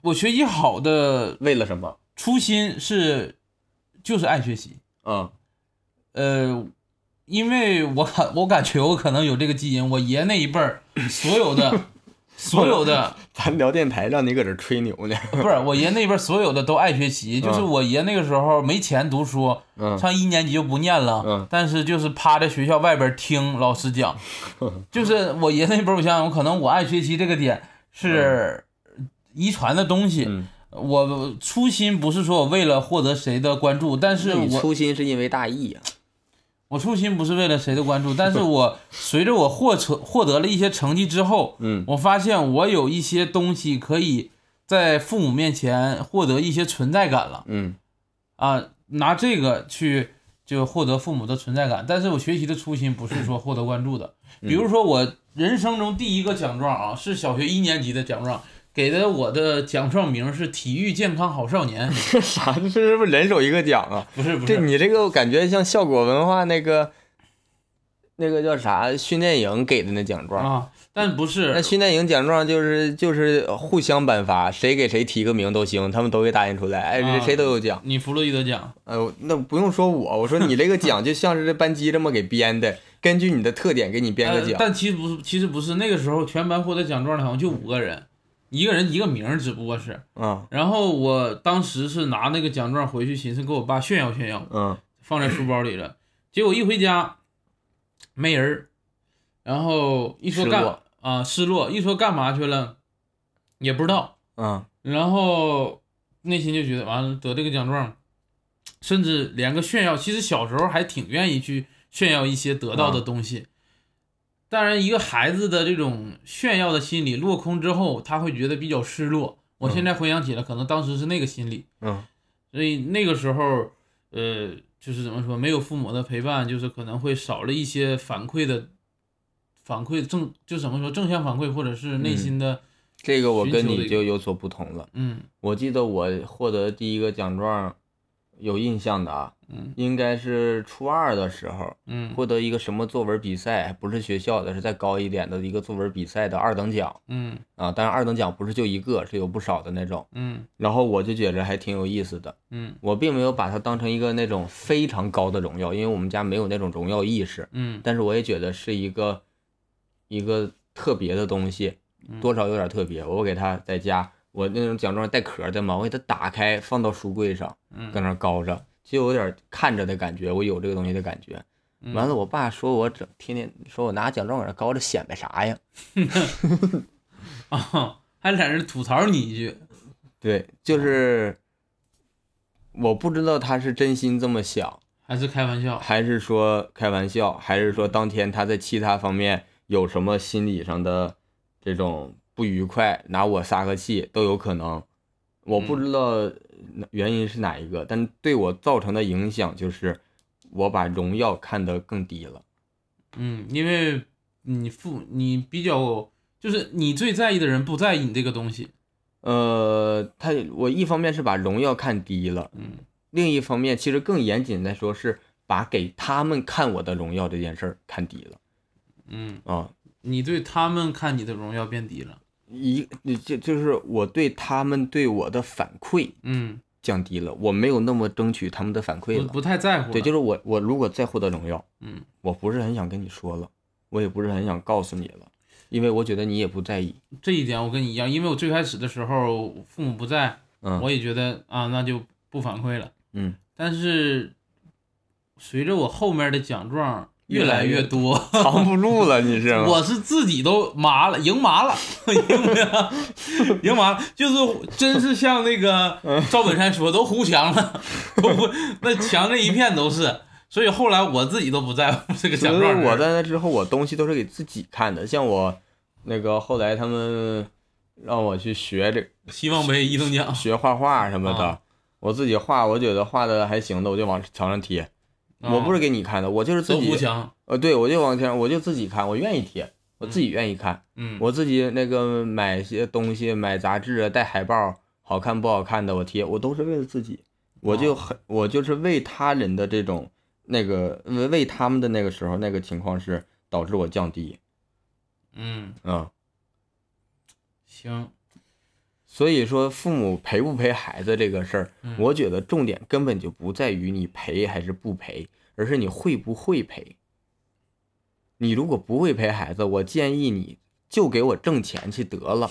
Speaker 1: 我学习好的
Speaker 2: 为了什么？
Speaker 1: 初心是就是爱学习，
Speaker 2: 嗯
Speaker 1: 呃，因为我感我感觉我可能有这个基因，我爷那一辈 儿所有的所有的
Speaker 2: 咱聊电台，让你搁这吹牛呢。
Speaker 1: 不 是我爷那一辈儿所有的都爱学习，就是我爷那个时候没钱读书，
Speaker 2: 嗯
Speaker 1: 上一年级就不念了，
Speaker 2: 嗯
Speaker 1: 但是就是趴在学校外边听老师 讲，就是我爷那辈儿，我想想，我可能我爱学习这个点是遗传的东西。
Speaker 2: 嗯
Speaker 1: 我初心不是说我为了获得谁的关注，但是
Speaker 2: 你
Speaker 1: 我
Speaker 2: 粗心是因为大啊意呀。
Speaker 1: 我初心不是为了谁的关注，但是我随着我获成获得了一些成绩之后，
Speaker 2: 嗯
Speaker 1: 我发现我有一些东西可以在父母面前获得一些存在感了
Speaker 2: 嗯
Speaker 1: 啊，拿这个去就获得父母的存在感。但是我学习的初心不是说获得
Speaker 2: 嗯
Speaker 1: 关注的，比如说我人生中第一个奖状啊，是小学一年级的奖状，给的我的奖状名是“体育健康好少年
Speaker 2: 这啥？这是不是人手一个奖啊？”，
Speaker 1: 不是不
Speaker 2: 这
Speaker 1: 是，
Speaker 2: 你这个感觉像效果文化那个那个叫啥训练营给的那奖状。
Speaker 1: 啊，但不
Speaker 2: 那
Speaker 1: 是，
Speaker 2: 训练营奖状就是就是互相颁发，谁给谁提个名都行，他们都给打印出来，哎，
Speaker 1: 啊
Speaker 2: 谁谁都有奖。
Speaker 1: 你弗洛伊德奖，
Speaker 2: 呃，那不用说我，我说你这个奖就像是这班级这么给编的，根据你的特点给你编个
Speaker 1: 呃
Speaker 2: 奖。
Speaker 1: 但其实不是，其实不是，那个时候全班获得奖状的好像就五个人，一个人一个名儿，只不过是。
Speaker 2: 嗯
Speaker 1: 然后我当时是拿那个奖状回去，寻思给我爸炫耀炫耀，
Speaker 2: 嗯
Speaker 1: 放在书包里了。结果一回家，没人儿，然后一说
Speaker 2: 失
Speaker 1: 干
Speaker 2: 落
Speaker 1: 啊、失落，一说干嘛去了，也不知道。
Speaker 2: 嗯
Speaker 1: 然后内心就觉得完了，得这个奖状，甚至连个炫耀，其实小时候还挺愿意去炫耀一些得到
Speaker 2: 啊
Speaker 1: 的东西。当然，一个孩子的这种炫耀的心理落空之后，他会觉得比较失落。我现在回想起来，可能当时是那个心理。
Speaker 2: 嗯
Speaker 1: 所以那个时候，呃，就是怎么说，没有父母的陪伴，就是可能会少了一些反馈的反馈正，就怎么说正向反馈，或者是内心的
Speaker 2: 嗯这个我
Speaker 1: 寻
Speaker 2: 跟
Speaker 1: 求的
Speaker 2: 你
Speaker 1: 一
Speaker 2: 就
Speaker 1: 个
Speaker 2: 有所不同了。
Speaker 1: 嗯
Speaker 2: 我记得我获得第一个奖状，有印象的啊，
Speaker 1: 嗯
Speaker 2: 应该是初二的时候
Speaker 1: 嗯
Speaker 2: 获得一个什么作文比赛，不是学校的，是再高一点的一个作文比赛的二等奖
Speaker 1: 嗯
Speaker 2: 啊。当然二等奖不是就一个，是有不少的那种。
Speaker 1: 嗯
Speaker 2: 然后我就觉着还挺有意思的，
Speaker 1: 嗯
Speaker 2: 我并没有把它当成一个那种非常高的荣耀，因为我们家没有那种荣耀意识。
Speaker 1: 嗯
Speaker 2: 但是我也觉得是一个一个特别的东西，
Speaker 1: 嗯
Speaker 2: 多少有点特别。我给它在家，我那种奖状带壳的嘛，我给它打开放到书柜上，搁
Speaker 1: 嗯，
Speaker 2: 那儿高着，就有点看着的感觉，我有这个东西的感觉。
Speaker 1: 嗯
Speaker 2: 完了，我爸说我整天天说我拿奖状搁那儿高着显摆啥呀？
Speaker 1: 啊，还在那吐槽你一句，
Speaker 2: 对，就是我不知道他是真心这么想，
Speaker 1: 还是开玩笑？
Speaker 2: 还是说开玩笑，还是说当天他在其他方面有什么心理上的这种不愉快，拿我撒个气都有可能。我不知道原因是哪一个，但对我造成的影响就是我把荣耀看得更低了。
Speaker 1: 嗯，因为你父你比较就是你最在意的人不在意你这个东西，
Speaker 2: 呃，他我一方面是把荣耀看低了，
Speaker 1: 嗯
Speaker 2: 另一方面其实更严谨来说是把给他们看我的荣耀这件事儿看低了
Speaker 1: 嗯，
Speaker 2: 啊。
Speaker 1: 你对他们看你的荣耀变低了，
Speaker 2: 一，你这就是我对他们对我的反馈
Speaker 1: 嗯，
Speaker 2: 降低了，我没有那么争取他们的反馈
Speaker 1: 不
Speaker 2: 了。
Speaker 1: 不太在乎了，
Speaker 2: 对，就是我我如果再获得荣耀，
Speaker 1: 嗯。
Speaker 2: 我不是很想跟你说了，我也不是很想告诉你了，因为我觉得你也不在意。
Speaker 1: 这一点我跟你一样，因为我最开始的时候父母不在，
Speaker 2: 嗯
Speaker 1: 我也觉得啊，那就不反馈了。
Speaker 2: 嗯，
Speaker 1: 但是随着我后面的奖状
Speaker 2: 越
Speaker 1: 越
Speaker 2: 来
Speaker 1: 来
Speaker 2: 越
Speaker 1: 越多，
Speaker 2: 藏不住了，你是吗？
Speaker 1: 我是自己都麻了，赢麻了， 赢麻了，赢麻了，就是真是像那个
Speaker 2: 嗯
Speaker 1: 赵本山说，都糊墙 了，都不那墙这一片都是。所以后来我自己都不在乎这个
Speaker 2: 所
Speaker 1: 奖
Speaker 2: 以
Speaker 1: 状。
Speaker 2: 我在那之后，我东西都是给自己看的，像我那个后来他们让我去学这
Speaker 1: 希望杯一等奖，
Speaker 2: 学画画什么的，
Speaker 1: 啊
Speaker 2: 我自己画，我觉得画的还行的，我就往墙上贴。我不是给你看的，我就是自
Speaker 1: 啊都
Speaker 2: 己
Speaker 1: 糊墙，
Speaker 2: 呃，对，我就往前，我就自己看，我愿意贴，我自己愿意看，
Speaker 1: 嗯，
Speaker 2: 我自己那个买些东西，买杂志啊，带海报，好看不好看的我贴，我都是为了自己，我就很，我就是为他人的这种那个，为为他们的那个时候那个情况是导致我降低，
Speaker 1: 嗯，
Speaker 2: 嗯，
Speaker 1: 行，
Speaker 2: 所以说父母陪不陪孩子这个事儿，
Speaker 1: 嗯
Speaker 2: 我觉得重点根本就不在于你陪还是不陪，而是你会不会陪。你如果不会陪孩子，我建议你就给我挣钱去得了。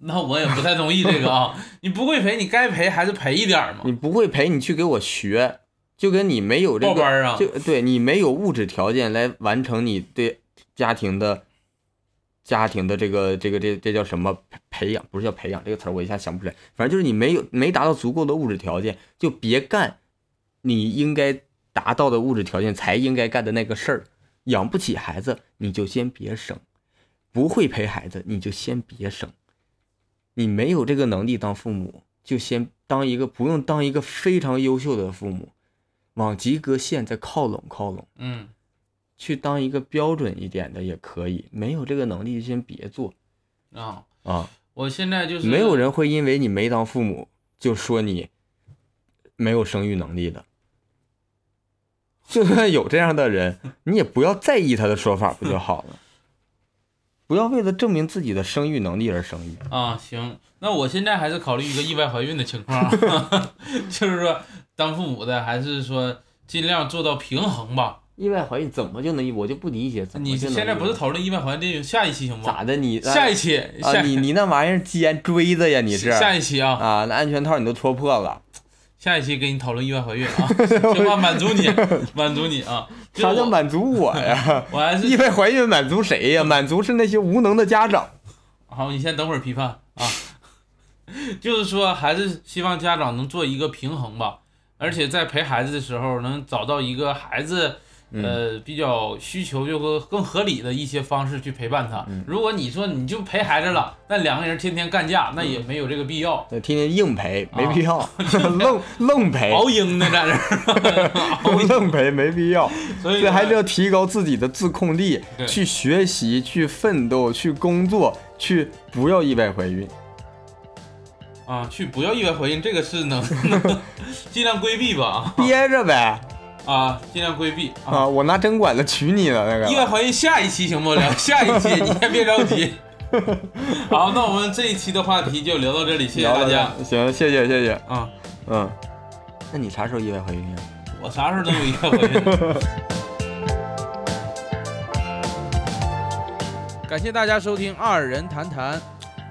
Speaker 1: 那我也不太同意这个 啊。你不会赔，你该赔还是赔一点儿嘛
Speaker 2: 你。不会陪，你去给我学，就跟你没有这
Speaker 1: 报班
Speaker 2: 个，
Speaker 1: 儿啊，
Speaker 2: 就对你没有物质条件来完成你对家庭的家庭的这个这个这这叫什么培养？不是叫培养这个词儿，我一下想不出来。反正就是你没有没达到足够的物质条件，就别干你应该达到的物质条件才应该干的那个事儿。养不起孩子，你就先别生；不会陪孩子，你就先别生。你没有这个能力当父母，就先当一个不用当一个非常优秀的父母，往及格线再靠拢靠拢，
Speaker 1: 嗯
Speaker 2: 去当一个标准一点的也可以。没有这个能力，先别做
Speaker 1: 啊，
Speaker 2: 啊。
Speaker 1: 我现在就是
Speaker 2: 没有人会因为你没当父母就说你没有生育能力的。 就算有这样的人，你也不要在意他的说法，不就好了？ 不要为了证明自己的生育能力而生育。
Speaker 1: 啊，行，那我现在还是考虑一个意外怀孕的情况，啊 就是说当父母的还是说尽量做到平衡吧。
Speaker 2: 意外怀孕怎么就能？我就不理解，怎么
Speaker 1: 你
Speaker 2: 就能
Speaker 1: 现在不是讨论意外怀孕，下一期行不？
Speaker 2: 咋的你？
Speaker 1: 下一期，
Speaker 2: 啊，
Speaker 1: 下
Speaker 2: 你你那玩意儿尖锥子呀，你是
Speaker 1: 下一期啊，
Speaker 2: 啊？那安全套你都戳破了，
Speaker 1: 下一期给你讨论意外怀孕 啊，行吧，满足你，满足你啊。
Speaker 2: 啥
Speaker 1: 就
Speaker 2: 叫
Speaker 1: 我
Speaker 2: 满足 我呀？
Speaker 1: 我还
Speaker 2: 意
Speaker 1: 是
Speaker 2: 外怀孕满足谁呀？满足是那些无能的家长。
Speaker 1: 好，你先等会儿批判啊。 就是说，还是希望家长能做一个平衡吧，而且在陪孩子的时候能找到一个孩子。
Speaker 2: 嗯，
Speaker 1: 呃，比较需求就会更合理的一些方式去陪伴他。
Speaker 2: 嗯
Speaker 1: 如果你说你就陪孩子了，那两个人天天干架，那
Speaker 2: 嗯
Speaker 1: 也没有这个必要。
Speaker 2: 那天天硬陪没必
Speaker 1: 哦
Speaker 2: 要， 愣 愣陪
Speaker 1: 熬鹰呢，在 这儿，熬鹰
Speaker 2: 愣陪没必要。
Speaker 1: 所以
Speaker 2: 这
Speaker 1: 呢
Speaker 2: 还是要提高自己的自控力
Speaker 1: 对，
Speaker 2: 去学习，去奋斗，去工作，去不要意外 怀孕。
Speaker 1: 啊，去不要意外怀孕，这个是能 尽量规避吧，
Speaker 2: 憋着呗
Speaker 1: 啊，尽量规避啊。
Speaker 2: 啊！我拿针管子取你了那
Speaker 1: 意外
Speaker 2: 个。
Speaker 1: 怀孕下一期行不？ 聊下一期，你先别着 急。好，那我们这一期的话题就聊到这里，谢谢大家
Speaker 2: 聊了行，谢谢谢谢，
Speaker 1: 啊！
Speaker 2: 嗯。那你啥时候意外怀孕呀？啊
Speaker 1: 我啥时候能有意外怀孕？
Speaker 4: 感谢大家收听《二人谈谈》，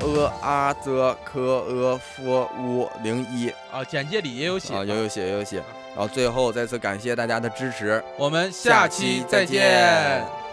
Speaker 2: a a z k e f u 零一
Speaker 4: 啊，简介里也有写。
Speaker 2: 啊，有有写有有写。然后最后再次感谢大家的支持。
Speaker 4: 我们下
Speaker 2: 下
Speaker 4: 期
Speaker 2: 期
Speaker 4: 再
Speaker 2: 再
Speaker 4: 见
Speaker 2: 见。